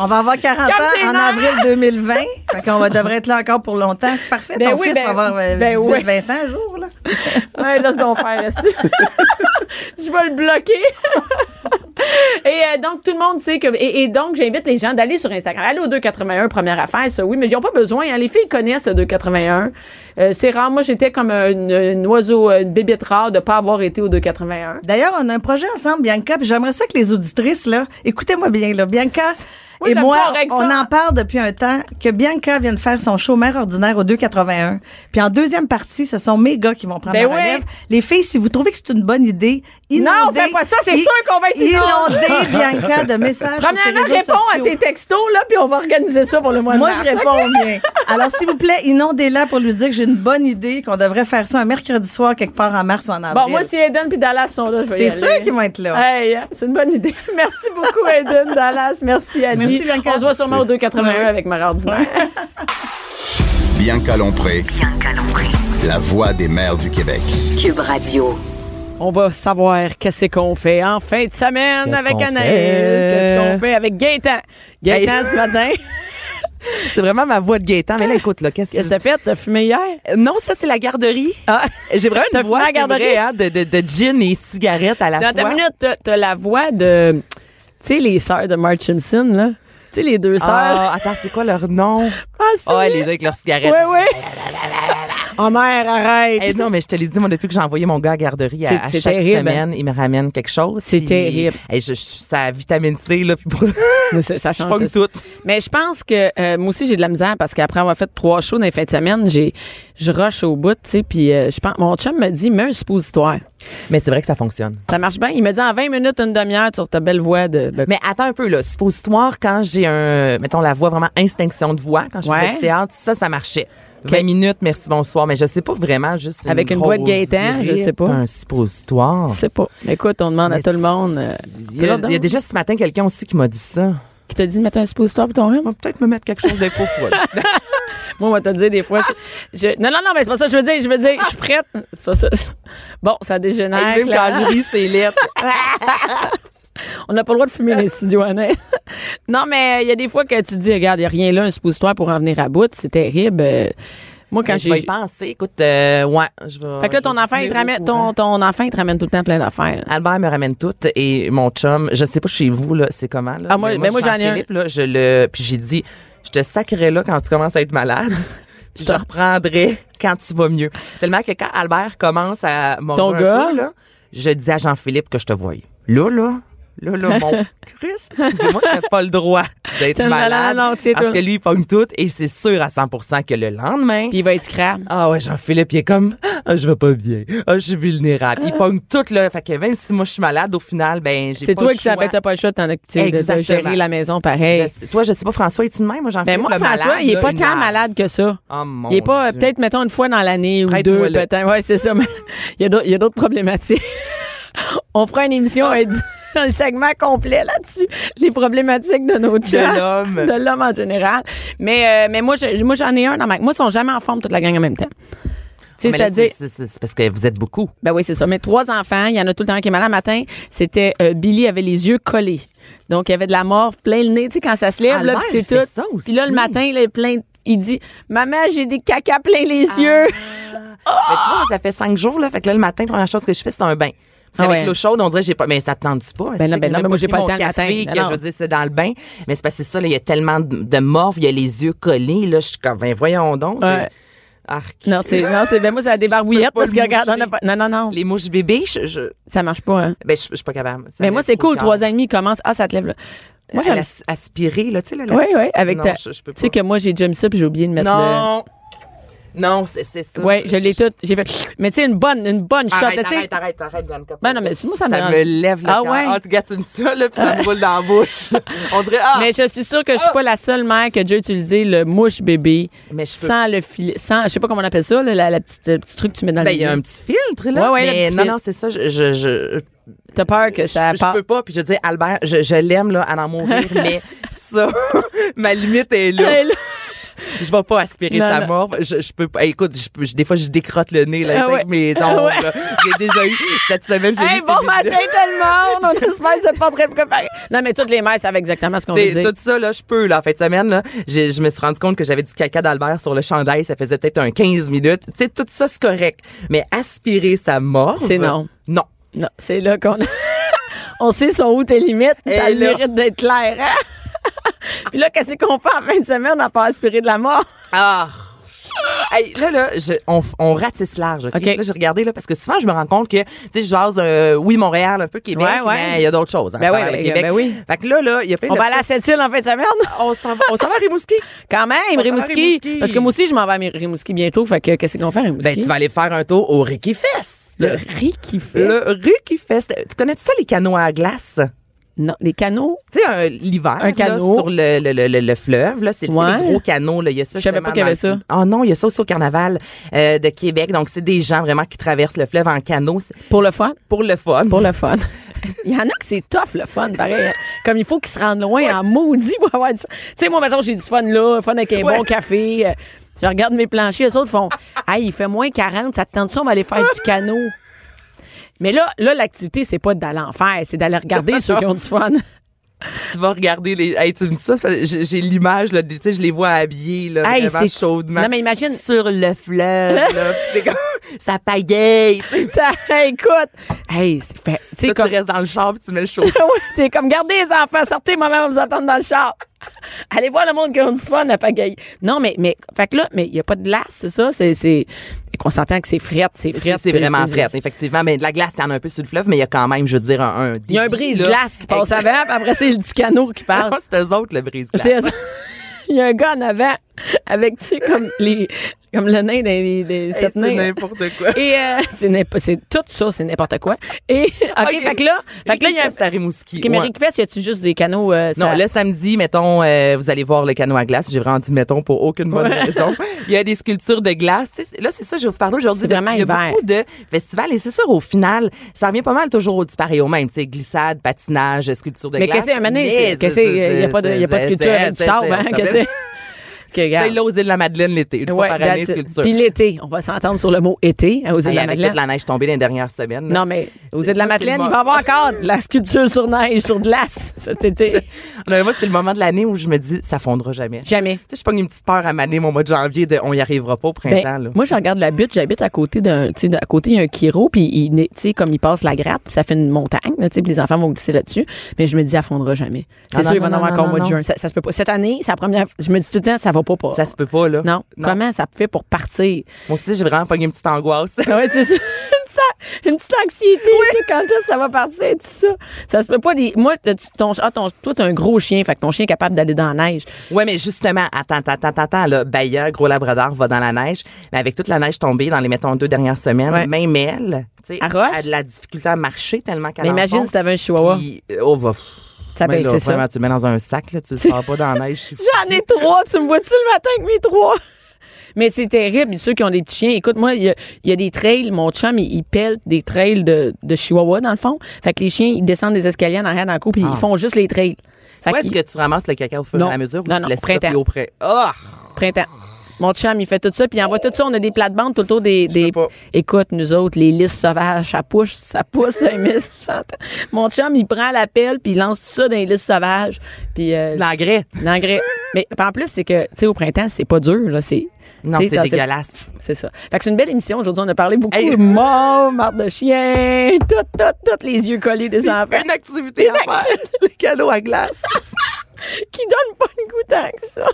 S5: On va avoir 40 ans en
S3: Capitaine!
S5: avril 2020. Fait qu'on va- devrait être là encore pour longtemps. C'est parfait.
S3: Ben
S5: Ton
S3: oui,
S5: fils
S3: ben-
S5: va avoir euh,
S3: ben
S5: 18,
S3: oui.
S5: 20 ans un jour. Là.
S3: Ouais, laisse donc faire, esti. Je vais le bloquer. et euh, donc, tout le monde sait que. Et, et donc, j'invite les gens d'aller sur Instagram. Allez au 281, première affaire, ça, oui, mais ils n'ont pas besoin. hein. Les filles connaissent le 281. Euh, c'est rare. Moi, j'étais comme une, une oiseau, une bébête rare de ne pas avoir été au 281.
S5: D'ailleurs, on a un projet ensemble, Bianca, puis j'aimerais ça que les auditrices, là, écoutez-moi bien, là, Bianca
S3: Oui,
S5: et
S3: j'aime
S5: moi,
S3: ça, on règle
S5: on
S3: ça.
S5: en parle depuis un temps que Bianca vient de faire son show Mère ordinaire au 281. Puis en deuxième partie, ce sont mes gars qui vont prendre
S3: Ben
S5: la
S3: oui.
S5: relève. Les filles, si vous trouvez que c'est une bonne idée, inondez...
S3: Non, fais pas ça, c'est sûr qu'on va être
S5: Inondez Bianca de messages sur ses
S3: Premièrement,
S5: réseaux
S3: réponds à
S5: sociaux.
S3: tes textos, là, puis on va organiser ça pour le mois de
S5: Moi,
S3: mars. hein.
S5: je réponds bien. Alors, s'il vous plaît, inondez-la pour lui dire que j'ai une bonne idée, qu'on devrait faire ça un mercredi soir quelque part en mars ou en avril.
S3: Bon, moi, si Eden puis Dallas sont là, je vais y
S5: C'est
S3: aller.
S5: sûr qu'ils vont être là.
S3: Hey, hein, c'est une bonne idée. Merci beaucoup, Eden, Dallas. Merci, Annie.
S5: Merci, Bianca.
S3: On se voit sûrement au 281 avec Mère Ordinaire.
S2: Bien calompré,
S1: Bianca Lompré.
S2: la voix des mères du Québec.
S1: Cube Radio.
S3: On va savoir qu'est-ce qu'on fait en fin de semaine avec
S8: qu'on
S3: Anaïs.
S8: fait?
S3: Qu'est-ce qu'on fait avec Gaëtan? Gaëtan,
S8: Hey.
S3: ce matin,
S8: C'est vraiment ma voix de Gaëtan. Mais là, écoute, là, qu'est-ce que
S3: qu'est-ce que t'as fait? T'as fumé hier?
S8: Euh, Non, ça, c'est la garderie.
S3: Ah.
S8: J'ai vraiment
S3: T'as
S8: une voix
S3: fumé à la
S8: c'est
S3: garderie?
S8: vrai, hein, de, de, de gin et cigarette à la
S3: Dans
S8: fois.
S3: ta minute, t'as- t'as la voix de, tu sais, les sœurs de Mark Simpson, là. Tu sais, les deux sœurs.
S8: Ah, attends, c'est quoi leur nom?
S3: Ah, c'est
S8: Oh, elle
S3: vrai.
S8: est avec leur cigarette.
S3: Ouais, ouais. oh, mère, arrête.
S8: Eh, non, mais je te l'ai dit, moi, depuis que j'ai envoyé mon gars à la garderie à,
S3: C'est-
S8: à
S3: c'est
S8: chaque
S3: terrible,
S8: semaine, il me ramène quelque chose.
S3: C'est
S8: puis-
S3: terrible.
S8: Eh, je, je, ça vitamine C, là, puis pour...
S3: Mais ça- ça
S8: je
S3: change,
S8: pogne
S3: ça.
S8: tout.
S3: Mais je pense que euh, moi aussi j'ai de la misère parce qu'après avoir fait trois shows dans les fins de semaine, j'ai je rush au bout, tu sais, puis euh, je pense mon chum me dit mets un suppositoire.
S8: Mais c'est vrai que ça fonctionne.
S3: Ça marche bien, il me dit en 20 minutes une demi-heure sur ta belle voix de, de-
S8: Mais attends un peu, là. Suppositoire, quand j'ai un, mettons, la voix vraiment instinction de voix, quand je
S3: Ouais.
S8: faisais du théâtre, ça, ça marchait. 20 minutes, merci, bonsoir. Mais je sais pas vraiment, juste une
S3: Avec une voix de
S8: grosse
S3: Gaétan, je
S8: grippe,
S3: sais pas.
S8: Un suppositoire.
S3: Je sais pas. Écoute, on demande à
S8: Mais
S3: tout le monde euh,
S8: Il y, a, il y a déjà ce matin quelqu'un aussi qui m'a dit ça.
S3: qui t'a dit de mettre un suppositoire pour ton
S8: On
S3: rhume.
S8: va peut-être me mettre quelque chose d'impôt.
S3: Moi, on va te dire des fois je, je- non non non, mais c'est pas ça que je veux dire, je veux dire je suis prête. C'est pas ça. Bon, ça dégénère.
S8: Même
S3: clairement.
S8: quand je ris, c'est lettre.
S3: On n'a pas le droit de fumer dans les studios honnêtes. non, mais il y a des fois que tu te dis, regarde, il n'y a rien là, un suppositoire pour en venir à bout. C'est terrible. Euh, Moi, quand
S8: Quand je vais
S3: j'ai.
S8: y penser, écoute, euh, ouais, je vais.
S3: Fait que là, ton
S8: je vais
S3: enfant, il
S8: venir
S3: te
S8: au
S3: ramène,
S8: courant. Ah,
S3: ton, ton enfant, il te ramène tout le temps plein d'affaires.
S8: Albert me ramène tout et mon chum, je sais pas chez vous là, c'est comment là.
S3: Ah, moi- ben, moi, j'en ai un.
S8: Philippe là, je le puis j'ai dit je te sacrerai là quand tu commences à être malade. Puis je te reprendrai quand tu vas mieux. Tellement que quand Albert commence à mordre
S3: Ton
S8: un
S3: gars?
S8: peu, là, je dis à Jean-Philippe que je te voyais. Là là, Là, là, mon Christ, excusez-moi, t'as pas le droit d'être
S3: T'es malade,
S8: malade.
S3: non, tu sais,
S8: parce
S3: toi.
S8: que lui, il pogne tout et c'est sûr à 100 que le lendemain,
S3: Puis il va être crâne.
S8: ah ouais, Jean-Philippe, il est comme, ah, je vais pas bien, ah, je suis vulnérable. Il pogne tout, là. Fait que même si moi, je suis malade, au final, ben, j'ai pas
S3: C'est toi
S8: le
S3: qui savais
S8: choix.
S3: que t'as pas le choix t'en occuper, de, de
S8: Exactement.
S3: gérer la maison pareil.
S8: Je sais- Toi, je sais pas, François, est tu de même? Moi, Jean-Philippe,
S3: Ben moi,
S8: le
S3: François,
S8: malade,
S3: il est
S8: là,
S3: pas
S8: une
S3: tant
S8: marde.
S3: malade que ça.
S8: Oh mon
S3: il est pas,
S8: Dieu.
S3: peut-être, mettons, une fois dans l'année ou
S8: Prête-moi
S3: deux,
S8: le.
S3: peut-être. Ouais, c'est ça. mais il y a d'autres- il y a d'autres problématiques. On fera une émission, un, un segment complet là-dessus. Les problématiques de nos chats.
S8: l'homme.
S3: De l'homme en général. Mais, euh, mais moi, je- moi, j'en ai un dans ma... Moi, ils sont jamais en forme toute la gang en même temps. Tu sais,
S8: Mais là,
S3: c'est-à-dire...
S8: c'est- c'est c'est parce que vous êtes beaucoup.
S3: Ben oui, c'est ça. Mais trois enfants, il y en a tout le temps qui est malade. Un matin, c'était euh, Billy avait les yeux collés. Donc, il avait de la mort plein le nez, tu sais, quand ça se lève, là,
S8: Albert,
S3: puis
S8: il
S3: c'est
S8: fait
S3: tout.
S8: ça aussi.
S3: Puis là, le matin, il est plein, il dit, maman, j'ai des caca plein les
S8: Ah.
S3: yeux.
S8: Mais tu vois, ça fait cinq jours, là. Fait que là, le matin, première chose que je fais, c'est un bain. Parce
S3: Ah
S8: qu'avec
S3: ouais.
S8: l'eau chaude, on dirait, j'ai pas. Mais ça te tente-tu pas?
S3: Ben non, ben non, mais moi, j'ai pas le temps le
S8: café,
S3: matin. Non,
S8: que je
S3: non.
S8: veux dire, c'est dans le bain. Mais c'est parce que c'est ça, là, il y a tellement de de morve, il y a les yeux collés, là. Je suis comme, ben voyons donc. c'est-
S3: Ouais.
S8: Arc.
S3: Non, c'est, non, c'est, ben moi, c'est la débarbouillette
S8: Je peux pas
S3: parce que
S8: le
S3: regarde, on a pas,
S8: moucher.
S3: non, non, non.
S8: Les mouches bébés, je. je-
S3: Ça marche pas, hein.
S8: ben, je, je suis pas capable. Ça
S3: Mais moi,
S8: laisse
S3: c'est
S8: trop
S3: cool,
S8: de
S3: trois
S8: temps.
S3: ans et demi, commence, ah, ça te lève là. Moi,
S8: Elle
S3: j'aime,
S8: as- aspirer, là, tu sais, là. la-
S3: oui, oui, avec
S8: Non,
S3: ta,
S8: je- je peux
S3: tu sais
S8: pas.
S3: que moi, j'ai déjà mis ça puis j'ai oublié de mettre
S8: Non! Non, c'est c'est ça.
S3: le, ouais, je l'ai toute, j'ai fait, mais tu sais, une bonne, une bonne shot,
S8: Arrête,
S3: tu sais.
S8: arrête, arrête, arrête, Bianca.
S3: Ben non, mais moi, ça me
S8: ça
S3: dérange.
S8: me lève le
S3: Ah
S8: cœur.
S3: ouais?
S8: Ah, tu gâtes ça, là, puis ça me roule dans la bouche. On dirait, ah!
S3: Mais je suis sûre que je suis pas la seule mère qui a déjà utilisé le mouche bébé
S8: Mais je peux-
S3: sans le filet, sans, je sais pas comment on appelle ça, là, la, la petite, le petit truc que tu mets dans
S8: Ben,
S3: le
S8: il y a un
S3: nez.
S8: petit filtre, là.
S3: Ouais, ouais, le
S8: mais
S3: petit
S8: non,
S3: filtre.
S8: non, c'est ça. Je, je, je,
S3: T'as peur que
S8: je,
S3: ça
S8: je
S3: part.
S8: peux pas. Puis je dis, Albert, je, je l'aime, là, à en mourir, mais ça, ma limite est là.
S3: Hey, là,
S8: Je vais pas aspirer
S3: Non,
S8: sa
S3: non.
S8: mort. Je, je peux pas. Écoute, je, peux- je- des fois, je décrotte le nez, là,
S3: Ah
S8: avec
S3: ouais.
S8: mes
S3: Ah
S8: ongles.
S3: ouais.
S8: là. J'ai déjà eu, cette semaine, j'ai
S3: hey,
S8: eu
S3: bon
S8: cette
S3: matin tout
S8: vidéo.
S3: le monde! On espère que vous êtes pas très préparés. Non, mais toutes les mères savent exactement ce qu'on veut
S8: T'sais,
S3: dire.
S8: tout ça, là, je peux, là, en fin de semaine, là, j'ai- je me suis rendu compte que j'avais du caca d'Albert sur le chandail, ça faisait peut-être un 15 minutes. Tu sais, tout ça, c'est correct. Mais aspirer sa mort.
S3: C'est non.
S8: Non.
S3: Non, c'est là qu'on On sait sont où tes limites, ça a
S8: Et
S3: le
S8: là.
S3: mérite d'être clair. hein? Puis là, qu'est-ce qu'on fait en fin de semaine à pas aspirer de la mort?
S8: Ah! Hey, là, là, je- on, on ratisse large, OK?
S3: OK.
S8: Là, j'ai regardé, là, parce que souvent, je me rends compte que, tu sais, je jase, euh, oui, Montréal, un peu Québec,
S3: Ouais, ouais.
S8: mais il y a d'autres choses. hein,
S3: Ben
S8: à
S3: oui,
S8: travers le
S3: ben,
S8: Québec.
S3: ben oui.
S8: Fait que là, là, il y a plein
S3: On
S8: de...
S3: va aller à Sept-Îles en fin de semaine?
S8: on s'en va, on s'en va à Rimouski.
S3: Quand même,
S8: On s'en va à
S3: Rimouski.
S8: Rimouski.
S3: Parce que moi aussi, je m'en vais à Rimouski bientôt. Fait que qu'est-ce qu'on fait à Rimouski?
S8: Ben, tu vas aller faire un tour au Ricky Fest.
S3: Le riz qui fait.
S8: Le Ricky Fest. Tu connais -tu ça, les canots à glace?
S3: Non, les canaux.
S8: tu sais, un- l'hiver,
S3: Un
S8: là,
S3: canot.
S8: sur le, le, le, le, le fleuve, là, c'est le
S3: Ouais.
S8: les gros canot, là, il y a ça.
S3: Je savais pas
S8: justement
S3: qu'il y avait
S8: dans le- Ah non, il y a ça aussi au carnaval euh, de Québec. Donc, c'est des gens vraiment qui traversent le fleuve en canot c'est
S3: Pour le fun.
S8: pour le fun.
S3: Pour le fun. il y en a que c'est tough, le fun, pareil. hein. Comme il faut qu'ils se rendent loin en maudit pour avoir du fun. Tu sais, moi, maintenant, j'ai du fun là, fun avec un
S8: Ouais.
S3: bon café. euh, Je regarde mes planchers, les autres font Hey, il fait moins 40, ça te tente ça, on va aller faire du canot. Mais là, là, l'activité, c'est pas d'aller en faire, c'est d'aller regarder ceux qui ont du fun.
S8: Tu vas regarder les... Hey, tu me dis ça, c'est parce que j'ai j'ai l'image, là, de- tu sais, je les vois habillés, là,
S3: Hey,
S8: vraiment
S3: c'est-
S8: chaudement.
S3: Non, mais imagine-
S8: Sur le fleuve, là, pis c'est comme... Ça pagaille, tu sais.
S3: Ça, écoute. Hey, c'est fait- tu sais,
S8: Là,
S3: comme.
S8: tu restes dans le char, pis tu mets le chaud.
S3: oui, c'est comme gardez les enfants, sortez, maman va vous attendre dans le char. Allez voir le monde qui a du fun à pagaille. Non, mais, mais, fait que là, mais il n'y a pas de glace, c'est ça? C'est, c'est, et qu'on s'entend que c'est frette, c'est frette.
S8: C'est vraiment frette, effectivement. Mais de la glace, il y en a un peu sur le fleuve, mais il y a quand même, je veux dire, un... un
S3: Il y a un
S8: débit, là.
S3: brise-glace qui passe
S8: Exact.
S3: avant, puis après, c'est le petit canot qui
S8: Ah,
S3: parle.
S8: c'est eux autres, le brise-glace.
S3: C'est Il y a un gars en avant, avec, tu sais, comme les, comme le nain des, des, des
S8: Hey,
S3: sept
S8: c'est
S3: nains.
S8: n'importe quoi.
S3: Et, euh, c'est, n'importe- c'est tout ça, c'est n'importe quoi. Et, OK,
S8: Ok.
S3: fait que là, fait que là, il y a un,
S8: Ricky Fest à Rimouski.
S3: OK, mais
S8: ouais.
S3: Rick Fest, y a-tu juste des canots, euh,
S8: Non,
S3: ça-
S8: le samedi, mettons, euh, vous allez voir le canot à glace. J'ai vraiment dit mettons pour aucune bonne
S3: Ouais.
S8: raison. Il y a des sculptures de glace. Tu sais, c'est- Là, c'est ça, je vais vous parler aujourd'hui.
S3: C'est
S8: de-
S3: vraiment
S8: Il y a
S3: hiver.
S8: beaucoup de festivals et c'est sûr, au final, ça revient pas mal toujours au- du pareil au même. Tu sais, glissade, patinage, sculpture de
S3: Mais
S8: glace.
S3: qu'est-ce que c'est, un moment donné,
S8: Mais
S3: c'est- qu'est-ce que c'est, il n'y a pas de, il y a pas de
S8: c'est-
S3: sculpture avec du
S8: c'est-
S3: sable,
S8: c'est-
S3: hein,
S8: ça
S3: qu'est-ce que
S8: s'appelle-
S3: c'est? OK,
S8: C'est
S3: regarde.
S8: là aux îles de la Madeleine l'été. Une fois par année,
S3: that's it.
S8: sculpture.
S3: Puis l'été, on va s'entendre sur le mot été hein, aux îles
S8: Hey,
S3: de la
S8: avec toute
S3: Madeleine.
S8: la neige tombée dans les dernières semaines. là.
S3: Non, mais aux
S8: C'est-
S3: îles de la
S8: ça, c'est le
S3: Madeleine, il
S8: moment.
S3: va y avoir encore de la sculpture sur neige, sur glace cet été.
S8: Non, mais moi, c'est le moment de l'année où je me dis, ça fondra jamais.
S3: Jamais.
S8: Tu sais, je pogne une petite peur à maner mon mois de janvier de on y arrivera pas au
S3: Ben,
S8: printemps. là.
S3: moi, je regarde la butte, j'habite à côté d'un, tu sais, à côté, il y a un Kiro, puis il, naît- tu sais, comme il passe la gratte, puis ça fait une montagne, là, tu sais, puis les enfants vont glisser là-dessus, mais je me dis, elle fondra jamais. C'est
S8: Ah,
S3: sûr,
S8: non,
S3: il va en
S8: non,
S3: avoir
S8: non,
S3: encore au
S8: non,
S3: mois de
S8: non.
S3: juin. Ça, ça se peut pas. Cette année, c'est la première, je me dis tout le temps, ça va pas, pas.
S8: ça se peut pas, là.
S3: non.
S8: Non.
S3: Comment ça fait pour partir?
S8: Moi aussi, j'ai vraiment pogné une petite angoisse.
S3: Ah Ouais, c'est ça. Ça- une petite anxiété. tu sais, Quand est-ce que ça va partir, tout ça. Ça se peut pas. Des... Moi, tu- ton, ah, ton, toi, t'as un gros chien. Fait que ton chien est capable d'aller dans la neige.
S8: Ouais, mais justement, attends, attends, attends, attends, là, Baya, gros labrador, va dans la neige, mais avec toute la neige tombée dans les, mettons, deux dernières semaines,
S3: Ouais.
S8: même elle, tu sais,
S3: Elle roche?
S8: a de la difficulté à marcher tellement qu'elle
S3: Mais
S8: en
S3: imagine
S8: fond.
S3: si t'avais un chihuahua.
S8: Puis, oh, va.
S3: Ça
S8: Ben là,
S3: baissait ça.
S8: vraiment, tu le mets dans un sac, là, tu le sors pas dans la neige.
S3: J'en ai trois. Tu me vois-tu le matin avec mes trois? Mais c'est terrible. Ceux qui ont des petits chiens, écoute, moi, il y a, il y a des trails. Mon chum, il, il pèle des trails de, de chihuahua, dans le fond. Fait que les chiens, ils descendent des escaliers en arrière dans la cour, puis ils font juste les trails. Fait
S8: Ah. Où
S3: que
S8: est-ce que tu ramasses le caca au fur et
S3: Non.
S8: à mesure ou
S3: Non,
S8: tu
S3: non,
S8: laisses
S3: printemps.
S8: ça au près? Ah!
S3: Printemps. Mon chum, il fait tout ça, puis il envoie tout ça. On a des plates-bandes tout autour des. des...
S8: pas.
S3: Écoute, nous autres, les listes sauvages, ça pousse, ça pousse, ça émisse, j'entends. Mon chum, il prend la pelle, puis il lance tout ça dans les listes sauvages. Puis. euh,
S8: L'engrais.
S3: L'engrais. Mais en plus, c'est que, tu sais, au printemps, c'est pas dur, là. C'est.
S8: Non,
S3: tu sais,
S8: c'est
S3: ça-
S8: dégueulasse.
S3: C'est ça. Fait que c'est une belle émission. Aujourd'hui, on a parlé beaucoup
S8: Hey.
S3: de morts, morts de chiens, tout, tout, tout, les yeux collés des enfants.
S8: Une activité à faire. Les calots à glace.
S3: qui donne pas le goût tant que ça.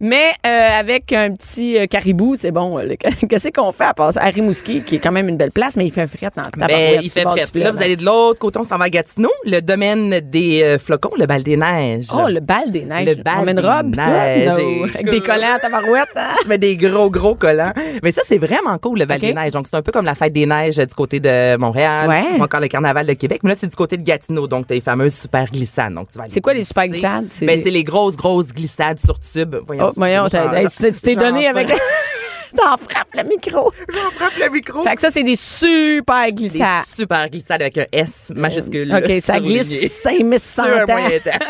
S3: Mais euh, avec un petit euh, caribou, c'est bon. le- Qu'est-ce qu'on fait à passer à Rimouski, qui est quand même une belle place, mais il fait frette dans le
S8: Mais
S3: tabarouette,
S8: Ben, il
S3: sur
S8: fait
S3: le bord
S8: frais.
S3: du
S8: Là,
S3: fleuve. hein.
S8: vous allez de l'autre côté, on s'en va à Gatineau, le domaine des euh, flocons, le bal des neiges.
S3: Oh, le bal des neiges.
S8: Le bal
S3: On met une
S8: des
S3: robe, pis tout?
S8: neiges.
S3: No.
S8: Et-
S3: Avec des collants à tabarouette. hein?
S8: Tu mets des gros, gros collants. Mais ça, c'est vraiment cool, le Val des
S3: Ok.
S8: Neiges. Donc, c'est un peu comme la fête des neiges euh, du côté de Montréal.
S3: Ouais.
S8: Ou encore le carnaval de Québec. Mais là, c'est du côté de Gatineau. Donc, t'as les fameuses super glissades. Donc, tu vas aller
S3: C'est quoi les super
S8: glisser.
S3: glissades? C'est
S8: Ben,
S3: des-
S8: c'est les grosses, grosses glissades sur tube.
S3: Oh, voyons,
S8: excusez-moi,
S3: t'as- hey,
S8: j'en-
S3: tu t'es- tu t'es
S8: j'en
S3: donné avec...
S8: frappe-
S3: T'en frappes le micro.
S8: J'en frappe le micro.
S3: Fait que ça, c'est des super
S8: Des
S3: glissades.
S8: super glissades avec un S majuscule.
S3: Euh, OK, ça
S8: surligné.
S3: glisse 5100
S8: Sur un
S3: ans.
S8: moyen temps.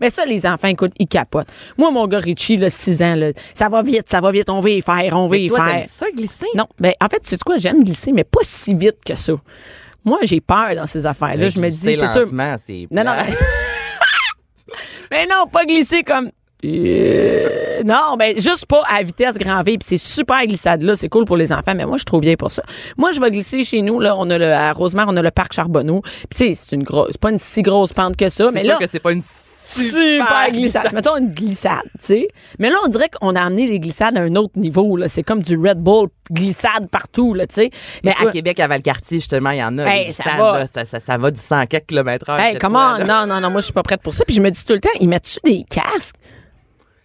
S3: Mais ça, les enfants, écoute, ils capotent. Moi, mon gars Richie, là, 6 ans, là, ça va vite, ça va vite, on va y faire, on va y
S8: Toi,
S3: faire.
S8: t'aimes ça glisser?
S3: Non, ben en fait, c'est quoi, j'aime glisser, mais pas si vite que ça. Moi, j'ai peur dans ces affaires-là. Je me dis, c'est sûr.
S8: lentement, c'est
S3: Non, non. Mais... Mais non, pas glisser comme. Euh, non, mais juste pas à vitesse grand V. Puis c'est super glissade là, c'est cool pour les enfants. Mais moi, je trouve bien pour ça. Moi, je vais glisser chez nous. Là, on a le à Rosemère, on a le parc Charbonneau. Puis tu sais, c'est une grosse, c'est pas une si grosse pente que ça. Mais
S8: C'est
S3: là,
S8: sûr que c'est pas une
S3: super glissade. Mettons une glissade, tu sais. Mais là, on dirait qu'on a amené les glissades à un autre niveau. Là, c'est comme du Red Bull glissade partout, là, tu sais.
S8: Mais à
S3: Écoute,
S8: Québec, à Valcartier, justement, il y en a.
S3: Hey,
S8: les
S3: ça
S8: stands,
S3: va.
S8: là, ça, ça, ça va du 100 quelques kilomètres heure.
S3: Hey,
S8: cette
S3: comment?
S8: fois-là.
S3: Non, non, non, moi, je suis pas prête pour ça. Puis je me dis tout le temps, ils mettent-tu des casques?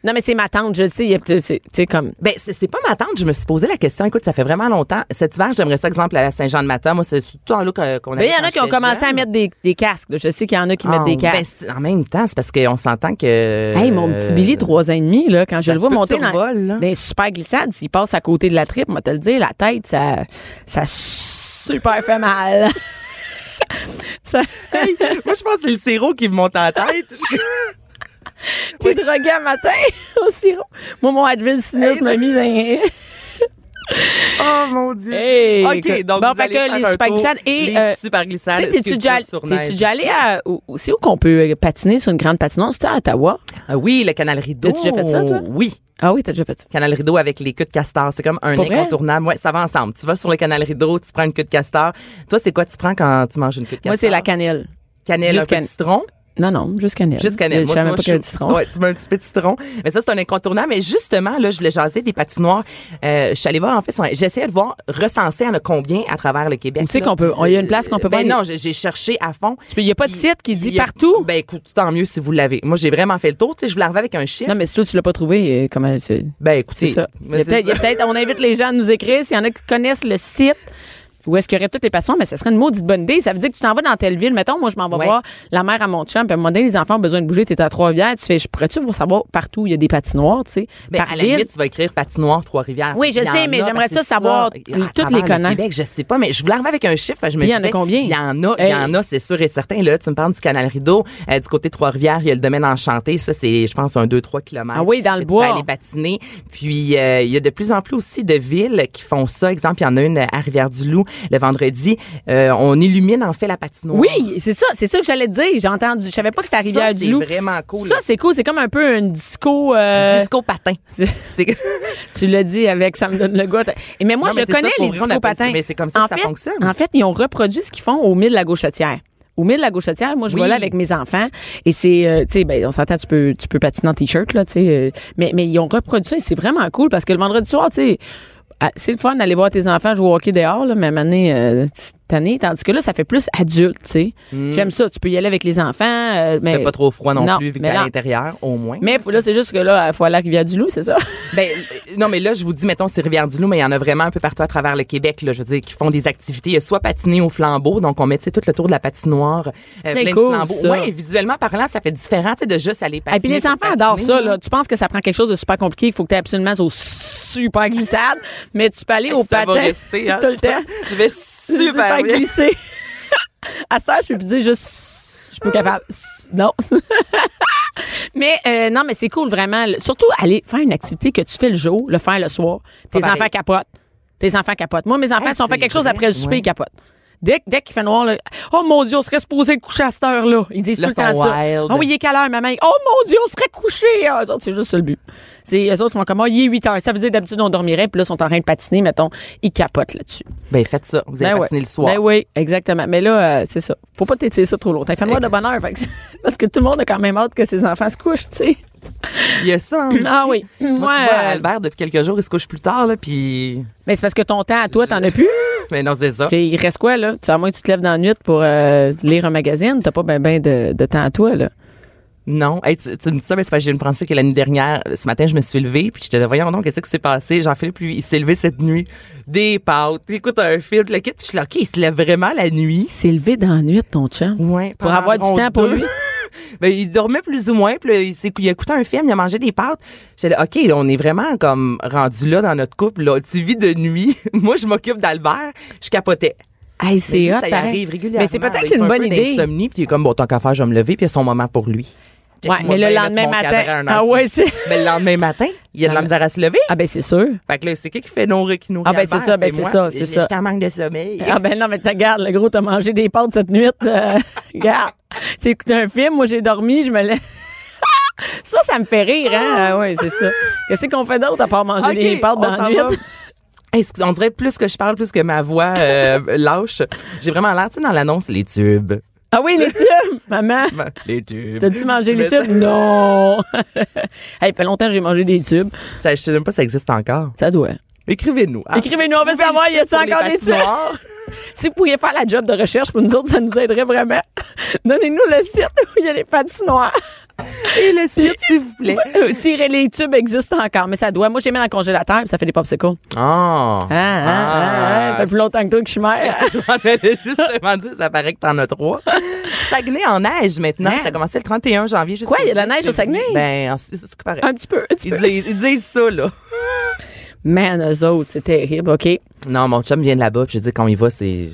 S3: Non, mais c'est ma tante, je le sais. il y a- Tu sais, tu sais, comme.
S8: Ben, c'est c'est pas ma tante. Je me suis posé la question. Écoute, ça fait vraiment longtemps. Cet hiver, j'aimerais ça, exemple, à la Saint-Jean-de-Matin. Moi, c'est tout en look euh, qu'on
S3: Mais Ben, il y
S8: avait
S3: en a
S8: quand
S3: qui ont
S8: j'étais
S3: commencé à
S8: jeune.
S3: mettre des, des casques. là. Je sais qu'il y en a qui
S8: Ah,
S3: mettent des
S8: ben,
S3: casques.
S8: c'est- en même temps, c'est parce qu'on s'entend que.
S3: Hey, mon petit Billy, trois ans et demi, là, quand je
S8: euh, ça
S3: le
S8: se
S3: vois
S8: peut que
S3: monter
S8: tu
S3: dans, Ben,
S8: revoles, là.
S3: dans les super glissades, s'il passe à côté de la tripe, moi te le dire, la tête, ça, ça super fait mal. ça,
S8: Hey, moi, je pense que c'est le sirop qui me monte en tête. Je-
S3: t'es drogué à matin au sirop. Moi, mon Advil Sinus
S8: Hey,
S3: m'a mis dans...
S8: oh, mon Dieu.
S3: Hey,
S8: OK, donc,
S3: bon,
S8: vous
S3: fait
S8: allez
S3: que
S8: faire
S3: les
S8: un
S3: super
S8: tour,
S3: glissades et,
S8: Les
S3: euh,
S8: super glissades.
S3: Tu sais, t'es-tu déjà,
S8: sculptures sur
S3: t'es-tu
S8: neige.
S3: déjà allé à. où- où- C'est où qu'on peut euh, patiner sur une grande patinoire? C'était à Ottawa.
S8: Ah oui, le canal rideau.
S3: hein? T'as-tu déjà fait ça, toi?
S8: Oui.
S3: Ah oui, t'as déjà fait ça.
S8: canal rideau avec les queues de castor. C'est comme un
S3: Pour vrai?
S8: incontournable. Ouais, ça va ensemble. Tu vas sur le canal rideau, tu prends une queue de castor. Toi, c'est quoi tu prends quand tu manges une queue de castor?
S3: Moi, c'est la cannelle.
S8: cannelle,
S3: juste
S8: un peu de
S3: can-
S8: citron.
S3: Non, non, juste cannelle.
S8: Juste cannelle.
S3: Je
S8: Moi,
S3: savais
S8: tu
S3: pas
S8: vois,
S3: qu'il y a
S8: je
S3: du
S8: suis-
S3: citron.
S8: Ouais, tu mets un petit peu de citron. Mais ça, c'est un incontournable. Mais justement, là, je voulais jaser des patinoires. Euh, je suis allée voir, en fait, sur- j'essayais de voir, recenser, en a combien à travers le Québec.
S3: Où c'est
S8: là.
S3: qu'on peut- il y a une place qu'on peut
S8: ben
S3: voir les-
S8: non, j'ai j'ai cherché à fond.
S3: Tu peux- Il n'y a pas de site qui
S8: Il
S3: dit
S8: y a-
S3: partout.
S8: Ben écoute, tant mieux si vous l'avez. Moi, j'ai vraiment fait le tour. Tu sais, je voulais arriver avec un chiffre.
S3: Non, mais si toi, tu l'as pas trouvé, euh, comment. C'est
S8: Ben
S3: c'est
S8: écoutez,
S3: ça. Il
S8: mais
S3: y a
S8: c'est
S3: peut-être- il y a
S8: ça.
S3: peut-être- on invite les gens à nous écrire. S'il y en a qui connaissent le site. Où est-ce qu'il y aurait toutes les patients, mais ça serait une maudite bonne idée. Ça veut dire que tu t'en vas dans telle ville. Mettons, moi, je m'en vais
S8: Ouais.
S3: voir la mère à mon chum. Puis à un moment donné, les enfants ont besoin de bouger. T'es à Trois-Rivières. Tu fais, je pourrais-tu vous savoir partout où il y a des patinoires, tu sais?
S8: Ben,
S3: par
S8: à la
S3: ville.
S8: limite, tu vas écrire patinoire Trois-Rivières.
S3: Oui, je
S8: Il y
S3: sais,
S8: en
S3: mais
S8: a, Ah,
S3: j'aimerais
S8: parce
S3: ça
S8: que
S3: savoir
S8: à
S3: toutes les
S8: travers le
S3: connaître.
S8: Québec, je sais pas, mais je voulais arriver avec un chiffre. Je me
S3: Il y en a
S8: disais,
S3: combien?
S8: Il y en a, il
S3: Hey.
S8: y en a, c'est sûr et certain. Là, tu me parles du Canal Rideau. Euh, du côté de Trois-Rivières, il y a le domaine enchanté. Ça, c'est, je pense, un 2-3 kilomètres.
S3: Ah oui, dans le
S8: Tu peux
S3: bois.
S8: aller patiner. Puis, euh, il y a de plus en plus aussi de villes qui font ça. Exemple, il y en a une à Rivière-du-Loup le vendredi. Euh, on illumine, en fait, la patinoire.
S3: Oui, c'est ça, c'est ça que j'allais te dire. J'ai entendu, je savais pas que c'était à
S8: Ça,
S3: rivière du Loup.
S8: C'est vraiment cool.
S3: Ça, c'est cool. C'est comme un peu un disco. euh,
S8: Disco patin. C'est-
S3: tu l'as dit avec ça me donne le goût. Et mais moi,
S8: Non, mais
S3: je
S8: c'est ça,
S3: connais
S8: pour
S3: les
S8: vrai, on
S3: disco
S8: appelle ça-
S3: patins.
S8: mais c'est comme ça que
S3: En
S8: ça
S3: fait-
S8: fonctionne.
S3: En fait, ils ont reproduit ce qu'ils font au milieu de la gauchetière. Au milieu de la gauchetière, moi, je
S8: Oui.
S3: vais là avec mes enfants et c'est, euh, tu sais, ben, on s'entend, tu peux, tu peux patiner en t-shirt là, tu sais, euh, mais mais ils ont reproduit ça et c'est vraiment cool parce que le vendredi soir, tu sais. ah, c'est le fun d'aller voir tes enfants jouer au hockey dehors, là, mais année, euh, année, tandis que là, ça fait plus adulte, tu sais. J'aime ça. Tu peux y aller avec les enfants, euh, mais
S8: Hmm. Fait pas trop froid non,
S3: Non,
S8: plus, vu que
S3: mais
S8: t'es à
S3: là-
S8: l'intérieur, au moins.
S3: Mais faut- là, c'est juste que là, il faut aller à Rivière-du-Loup, c'est ça?
S8: Ben, euh, non, mais là, je vous dis, mettons, c'est Rivière-du-Loup, mais il y en a vraiment un peu partout à travers le Québec, là, je veux dire, qui font des activités. Il y a soit patiner au flambeau, donc on met, tu sais, tout le tour de la patinoire. euh,
S3: C'est
S8: plein
S3: cool,
S8: de flambeaux.
S3: ça.
S8: Ouais, visuellement parlant, ça fait différent, tu sais, de juste aller patiner.
S3: Et Ah, puis les
S8: pour
S3: enfants adorent
S8: patiner,
S3: ça. Là. Tu penses que ça prend quelque chose de super compliqué, il faut que tu aies absolument au super glissade, mais tu peux aller au
S8: Ça va
S3: patin
S8: rester, hein,
S3: tout le temps.
S8: Je vais
S3: Super,
S8: super bien.
S3: glisser. à ça, je peux plus dire juste je suis plus capable. Non. mais euh, non, mais c'est cool vraiment. Le- Surtout aller faire une activité que tu fais le jour, le faire le soir. Tes
S8: pareil.
S3: enfants capotent. Tes enfants capotent. Moi, mes enfants,
S8: Ah,
S3: si on fait
S8: c'est
S3: quelque chose
S8: vrai,
S3: après le souper,
S8: ouais.
S3: ils capotent. Dès, dès qu'il fait noir, là, oh mon Dieu, on serait supposé coucher à cette heure-là. Ils disent
S8: Là,
S3: tout le temps
S8: ils sont
S3: ça.
S8: wild.
S3: Ah oui, il est quelle heure, maman? Oh mon Dieu, on serait couché! Ah, Eux autres, c'est juste ça le but. C'est, eux autres font comme, ah, il est 8 heures. Ça veut dire d'habitude, on dormirait, puis là, ils sont en train de patiner, mettons. Ils capotent là-dessus.
S8: Ben, faites ça. Vous allez
S3: Ben
S8: patiner
S3: ouais.
S8: le soir.
S3: Ben oui, exactement. Mais là, euh, c'est ça. Faut pas t'étirer ça trop longtemps. Fais-moi de bonheur. fait que- Parce que tout le monde a quand même hâte que ses enfants se couchent, tu sais.
S8: Il y a ça. hein.
S3: Ah oui. Moi,
S8: Moi, tu vois,
S3: euh,
S8: Albert, depuis quelques jours, il se couche plus tard, là, puis...
S3: mais c'est parce que ton temps à toi, t'en as plus.
S8: Mais non, c'est ça.
S3: Tu sais, il reste quoi, là? Tu, à moins que tu te lèves dans la nuit pour euh, lire un magazine, t'as pas ben ben de, de temps à toi, là.
S8: Non. Hey, tu, tu me dis ça, mais c'est parce que j'ai une pensée que la nuit dernière, ce matin, je me suis levée, puis j'étais là, voyons donc, qu'est-ce qui s'est passé? Jean-Philippe, lui, il s'est levé cette nuit. Des pâtes, il écoute un film, le kit, puis je suis là, OK, il se lève vraiment la nuit.
S3: C'est levé dans la nuit, ton chum.
S8: Ouais,
S3: Pour
S8: pendant
S3: avoir du
S8: environ
S3: temps pour
S8: deux.
S3: lui.
S8: ben, il dormait plus ou moins, puis là, il, s'est- il a écouté un film, il a mangé des pâtes. J'étais là, OK, là, on est vraiment comme rendu là dans notre couple, là. Tu vis de nuit. Moi, je m'occupe d'Albert. Je capotais.
S3: Hey,
S8: Mais
S3: c'est
S8: Ben, lui,
S3: hot,
S8: ça y
S3: pareil.
S8: arrive régulièrement.
S3: Mais c'est
S8: là. Il
S3: peut-être
S8: fait
S3: une
S8: un
S3: bonne
S8: peu
S3: idée.
S8: d'insomnie, puis il est comme, bon, tant qu'à faire, je vais me lever, puis il y a son moment pour lui.
S3: Ouais, mais le lendemain matin. Ah ouais, c'est.
S8: Mais le lendemain matin, il y a de la misère à se lever.
S3: Ah ben c'est sûr.
S8: Fait que là, c'est qui qui fait nourrir, qui nourrit
S3: Ah, ben,
S8: Albert?
S3: c'est ça, ben, c'est
S8: moi.
S3: ça, c'est ça.
S8: J'étais en manque de sommeil.
S3: Ah ben non, mais t'as- regarde, le gros, t'as mangé des pâtes cette nuit. euh, regarde, t'as écouté un film, moi j'ai dormi, je me lève. ça, ça me fait rire, hein? Ah ouais, c'est ça. Qu'est-ce qu'on fait d'autre à part manger
S8: Ok,
S3: des pâtes
S8: on
S3: dans la
S8: s'en
S3: nuit?
S8: va. Hey, excuse- on dirait plus que je parle, plus que ma voix euh, lâche. J'ai vraiment l'air, tu sais, dans l'annonce, les tubes.
S3: Ah oui, les tubes! Maman,
S8: Ben, Les tubes.
S3: t'as dû manger
S8: Je
S3: les
S8: me sens-
S3: tubes? Non! hey, fait longtemps que j'ai mangé des tubes.
S8: Ça, je sais même pas si ça existe encore.
S3: Ça doit.
S8: Écrivez-nous. hein.
S3: Écrivez-nous, on veut savoir, y a-t-il
S8: Sur les
S3: encore des tubes?
S8: patinoires.
S3: Si vous pouviez faire la job de recherche pour nous autres, ça nous aiderait vraiment. Donnez-nous le site où il y a les patinoires.
S8: Et le site, s'il vous plaît.
S3: Euh, Tirer les tubes existent encore, mais ça doit. Moi, j'ai mis dans le congélateur, puis ça fait des popsicles.
S8: Ah.
S3: Ah, ah, ah, ça fait plus longtemps que toi que je suis mère.
S8: On allait justement dire, ça paraît que t'en as trois. Saguenay en neige maintenant.
S3: Hein?
S8: Ça a commencé le 31 janvier. jusqu'au
S3: Quoi, il y a de la
S8: 10
S3: neige au
S8: février.
S3: Saguenay?
S8: Ben, en- c'est ce qui paraît.
S3: Un petit peu, un petit
S8: Ils
S3: peu.
S8: disent, ils disent ça, là.
S3: Man, eux autres, c'est terrible, OK.
S8: Non, mon chum vient de là-bas, puis je dis, quand il va, c'est.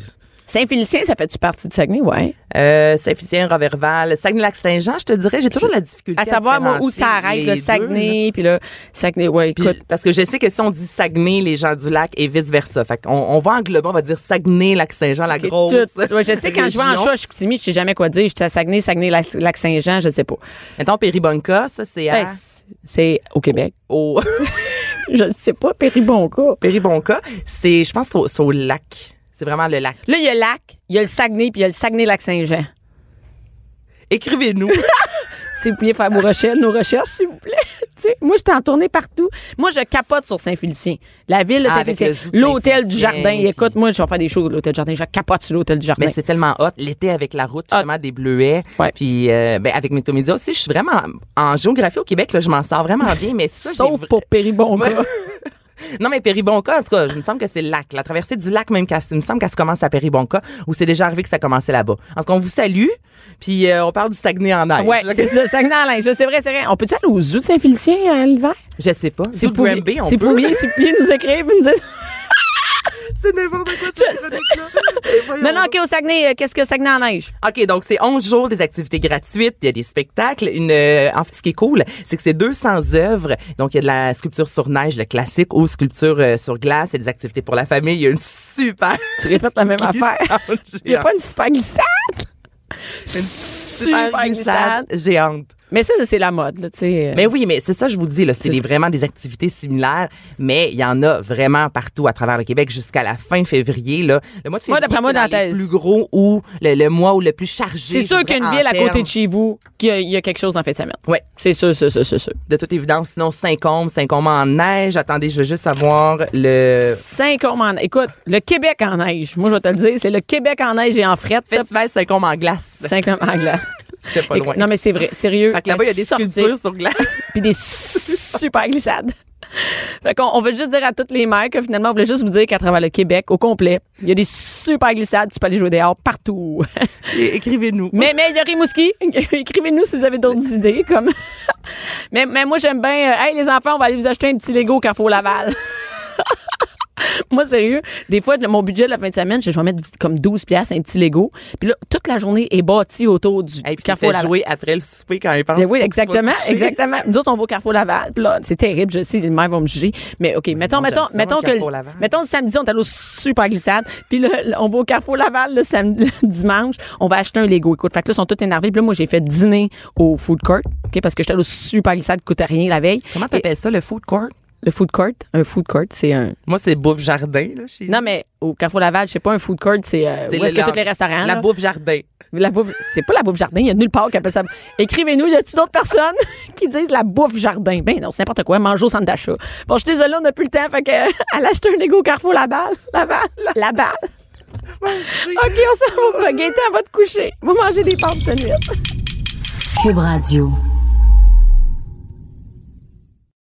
S3: Saint-Félicien, ça fait-tu partie du Saguenay, ouais.
S8: Euh, Saint-Félicien, Roberval, Saguenay-Lac-Saint-Jean, je te dirais, j'ai toujours la difficulté
S3: À savoir, moi, où
S8: différencier
S3: ça arrête,
S8: les
S3: le
S8: deux,
S3: Saguenay, puis là, Saguenay, ouais,
S8: Puis je-
S3: écoute.
S8: parce que je sais que si on dit Saguenay, les gens du lac et vice versa. Fait qu'on on va englober, on va dire Saguenay, Lac-Saint-Jean, la
S3: c'est
S8: grosse.
S3: tout. Ouais, je sais, quand je vais en
S8: région.
S3: chat, je suis je sais jamais quoi dire. Je suis à Saguenay, Saguenay, Lac- Lac-Saint-Jean, je sais pas.
S8: Mettons Péribonca, ça c'est à-
S3: Ben, c'est- c'est au Québec.
S8: au
S3: Je ne sais pas, Péribonca.
S8: Péribonca, c'est je pense que c'est au lac. C'est vraiment le lac.
S3: Là, il y a Lac, il y a le Saguenay, puis il y a le Saguenay-Lac-Saint-Jean.
S8: Écrivez-nous.
S3: si vous pouviez faire vos recherches, nos recherches, s'il vous plaît. Tu sais, moi, j'étais en tournée partout. Moi, je capote sur Saint-Félicien. La ville de
S8: Ah, avec
S3: Saint-Félicien.
S8: le zoo de
S3: L'hôtel du
S8: Saint-Félicien,
S3: jardin.
S8: puis-
S3: Écoute, moi, je vais faire des shows de l'hôtel du jardin. Je capote sur l'hôtel du jardin.
S8: Mais c'est tellement hot l'été avec la route justement des bleuets
S3: Ah. Ouais.
S8: puis euh, ben avec Métomédia aussi, je suis vraiment en géographie au Québec là, je m'en sors vraiment bien mais ça, j'ai
S3: Sauf
S8: vra-
S3: pour Péribonca.
S8: Non, mais Péribonca, en tout cas, je me semble que c'est le lac. La traversée du lac, même, qu'elle- il me semble qu'elle se commence à Péribonca, où c'est déjà arrivé que ça commençait là-bas. En tout cas, on vous salue, puis euh, on parle du Saguenay en neige.
S3: ouais, c'est ça. Saguenay-Linge. C'est vrai, c'est vrai. On peut-tu aller au zoo de Saint-Félicien à l'hiver?
S8: Je sais pas.
S3: Si
S8: C'est
S3: vous pouviez-
S8: on
S3: si vous
S8: peut.
S3: pouviez- si vous pouviez nous écrire, vous nous dites-
S8: C'est n'importe quoi, cette chronique-là. Et voyons
S3: Non, non,
S8: donc.
S3: OK, au Saguenay, euh, qu'est-ce que Saguenay en neige?
S8: OK, donc c'est 11 jours des activités gratuites, il y a des spectacles, une euh, en fait ce qui est cool, c'est que c'est 200 œuvres. Donc il y a de la sculpture sur neige, le classique ou sculpture euh, sur glace, il y a des activités pour la famille, il y a une super
S3: Tu répètes la même affaire.
S8: glissade
S3: Il n'y a pas une super glissade?
S8: géante. Super glissade géante.
S3: Mais ça, c'est la mode, là, tu sais. euh.
S8: Mais oui, mais c'est ça, je vous dis, là, c'est des- vraiment des activités similaires, mais il y en a vraiment partout à travers le Québec jusqu'à la fin février, là. Le mois de
S3: Moi,
S8: février,
S3: d'après moi,
S8: c'est
S3: dans
S8: dans
S3: la
S8: les
S3: thèse.
S8: plus gros ou le, le mois où le plus chargé.
S3: C'est sûr
S8: je
S3: qu'il y a
S8: dirais,
S3: une ville
S8: en
S3: à côté
S8: termes.
S3: de chez vous qui a, il y a quelque chose en fait de semaine.
S8: Ouais.
S3: C'est sûr, c'est sûr, c'est sûr.
S8: De toute évidence, sinon Saint-Côme, Saint-Côme en neige. Attendez, je veux juste savoir le
S3: Cinq hommes en Écoute, le Québec en neige, moi je vais te le dire, c'est le Québec en neige et en frette.
S8: festival Saint-Côme en glace.
S3: Cinq hommes en glace.
S8: C'est pas loin.
S3: Non, mais c'est vrai, sérieux.
S8: Fait que là-bas, il y a des
S3: Sortez.
S8: sculptures sur glace.
S3: puis des super glissades. Fait qu'on on veut juste dire à toutes les mères que finalement, on voulait juste vous dire qu'à travers le Québec, au complet, il y a des super glissades. Tu peux aller jouer dehors partout.
S8: É- Écrivez-nous.
S3: mais mais il y a Rimouski. Écrivez-nous si vous avez d'autres idées. comme mais, mais moi, j'aime bien... euh, hey, les enfants, on va aller vous acheter un petit Lego au Carrefour Laval. Moi, sérieux, des fois, de- mon budget de la fin de semaine, je vais mettre comme 12 piastres, un petit Lego. Puis là, toute la journée est bâtie autour du
S8: Et puis tu
S3: Carrefour
S8: fais
S3: Laval.
S8: jouer après le souper quand ils pensent.
S3: Mais Ben oui,
S8: faut que tu sois
S3: exactement,
S8: couché.
S3: exactement. Nous autres, on va au Carrefour Laval. Puis là, c'est terrible, je sais, les mères vont me juger. Mais OK, mettons,
S8: non, j'aime
S3: mettons,
S8: ça,
S3: mettons
S8: le
S3: que,
S8: Carrefour Laval.
S3: mettons le samedi, on est allé au super glissade. Puis là, on va au Carrefour Laval le, samedi, le dimanche. On va acheter un Lego. Écoute, fait que là, ils sont tous énervés. Puis là, moi, j'ai fait dîner au food court. OK, parce que j'étais allé au super glissade, coûtait rien la veille.
S8: Comment t'appelles ça, le food court?
S3: Le food court, un food court, c'est un.
S8: Moi, c'est bouffe jardin, là, chez
S3: Non, mais au Carrefour Laval, je sais pas, un food court, c'est. euh, où
S8: le-
S3: est-ce que
S8: la-
S3: tous les restaurants?
S8: La
S3: là?
S8: bouffe jardin.
S3: La bouffe, c'est pas la bouffe jardin, il y a nulle part qui appelle ça. Écrivez-nous, y a-tu d'autres personnes qui disent la bouffe jardin? Ben non, c'est n'importe quoi, manger au centre d'achat. Bon, je suis désolée, on n'a plus le temps, fait que, euh, allez acheter un Lego au Carrefour, la balle, la balle, la balle. OK, on s'en va pas. Gaëtan va te coucher. Va manger des pâtes cette nuit.
S1: Cube Radio.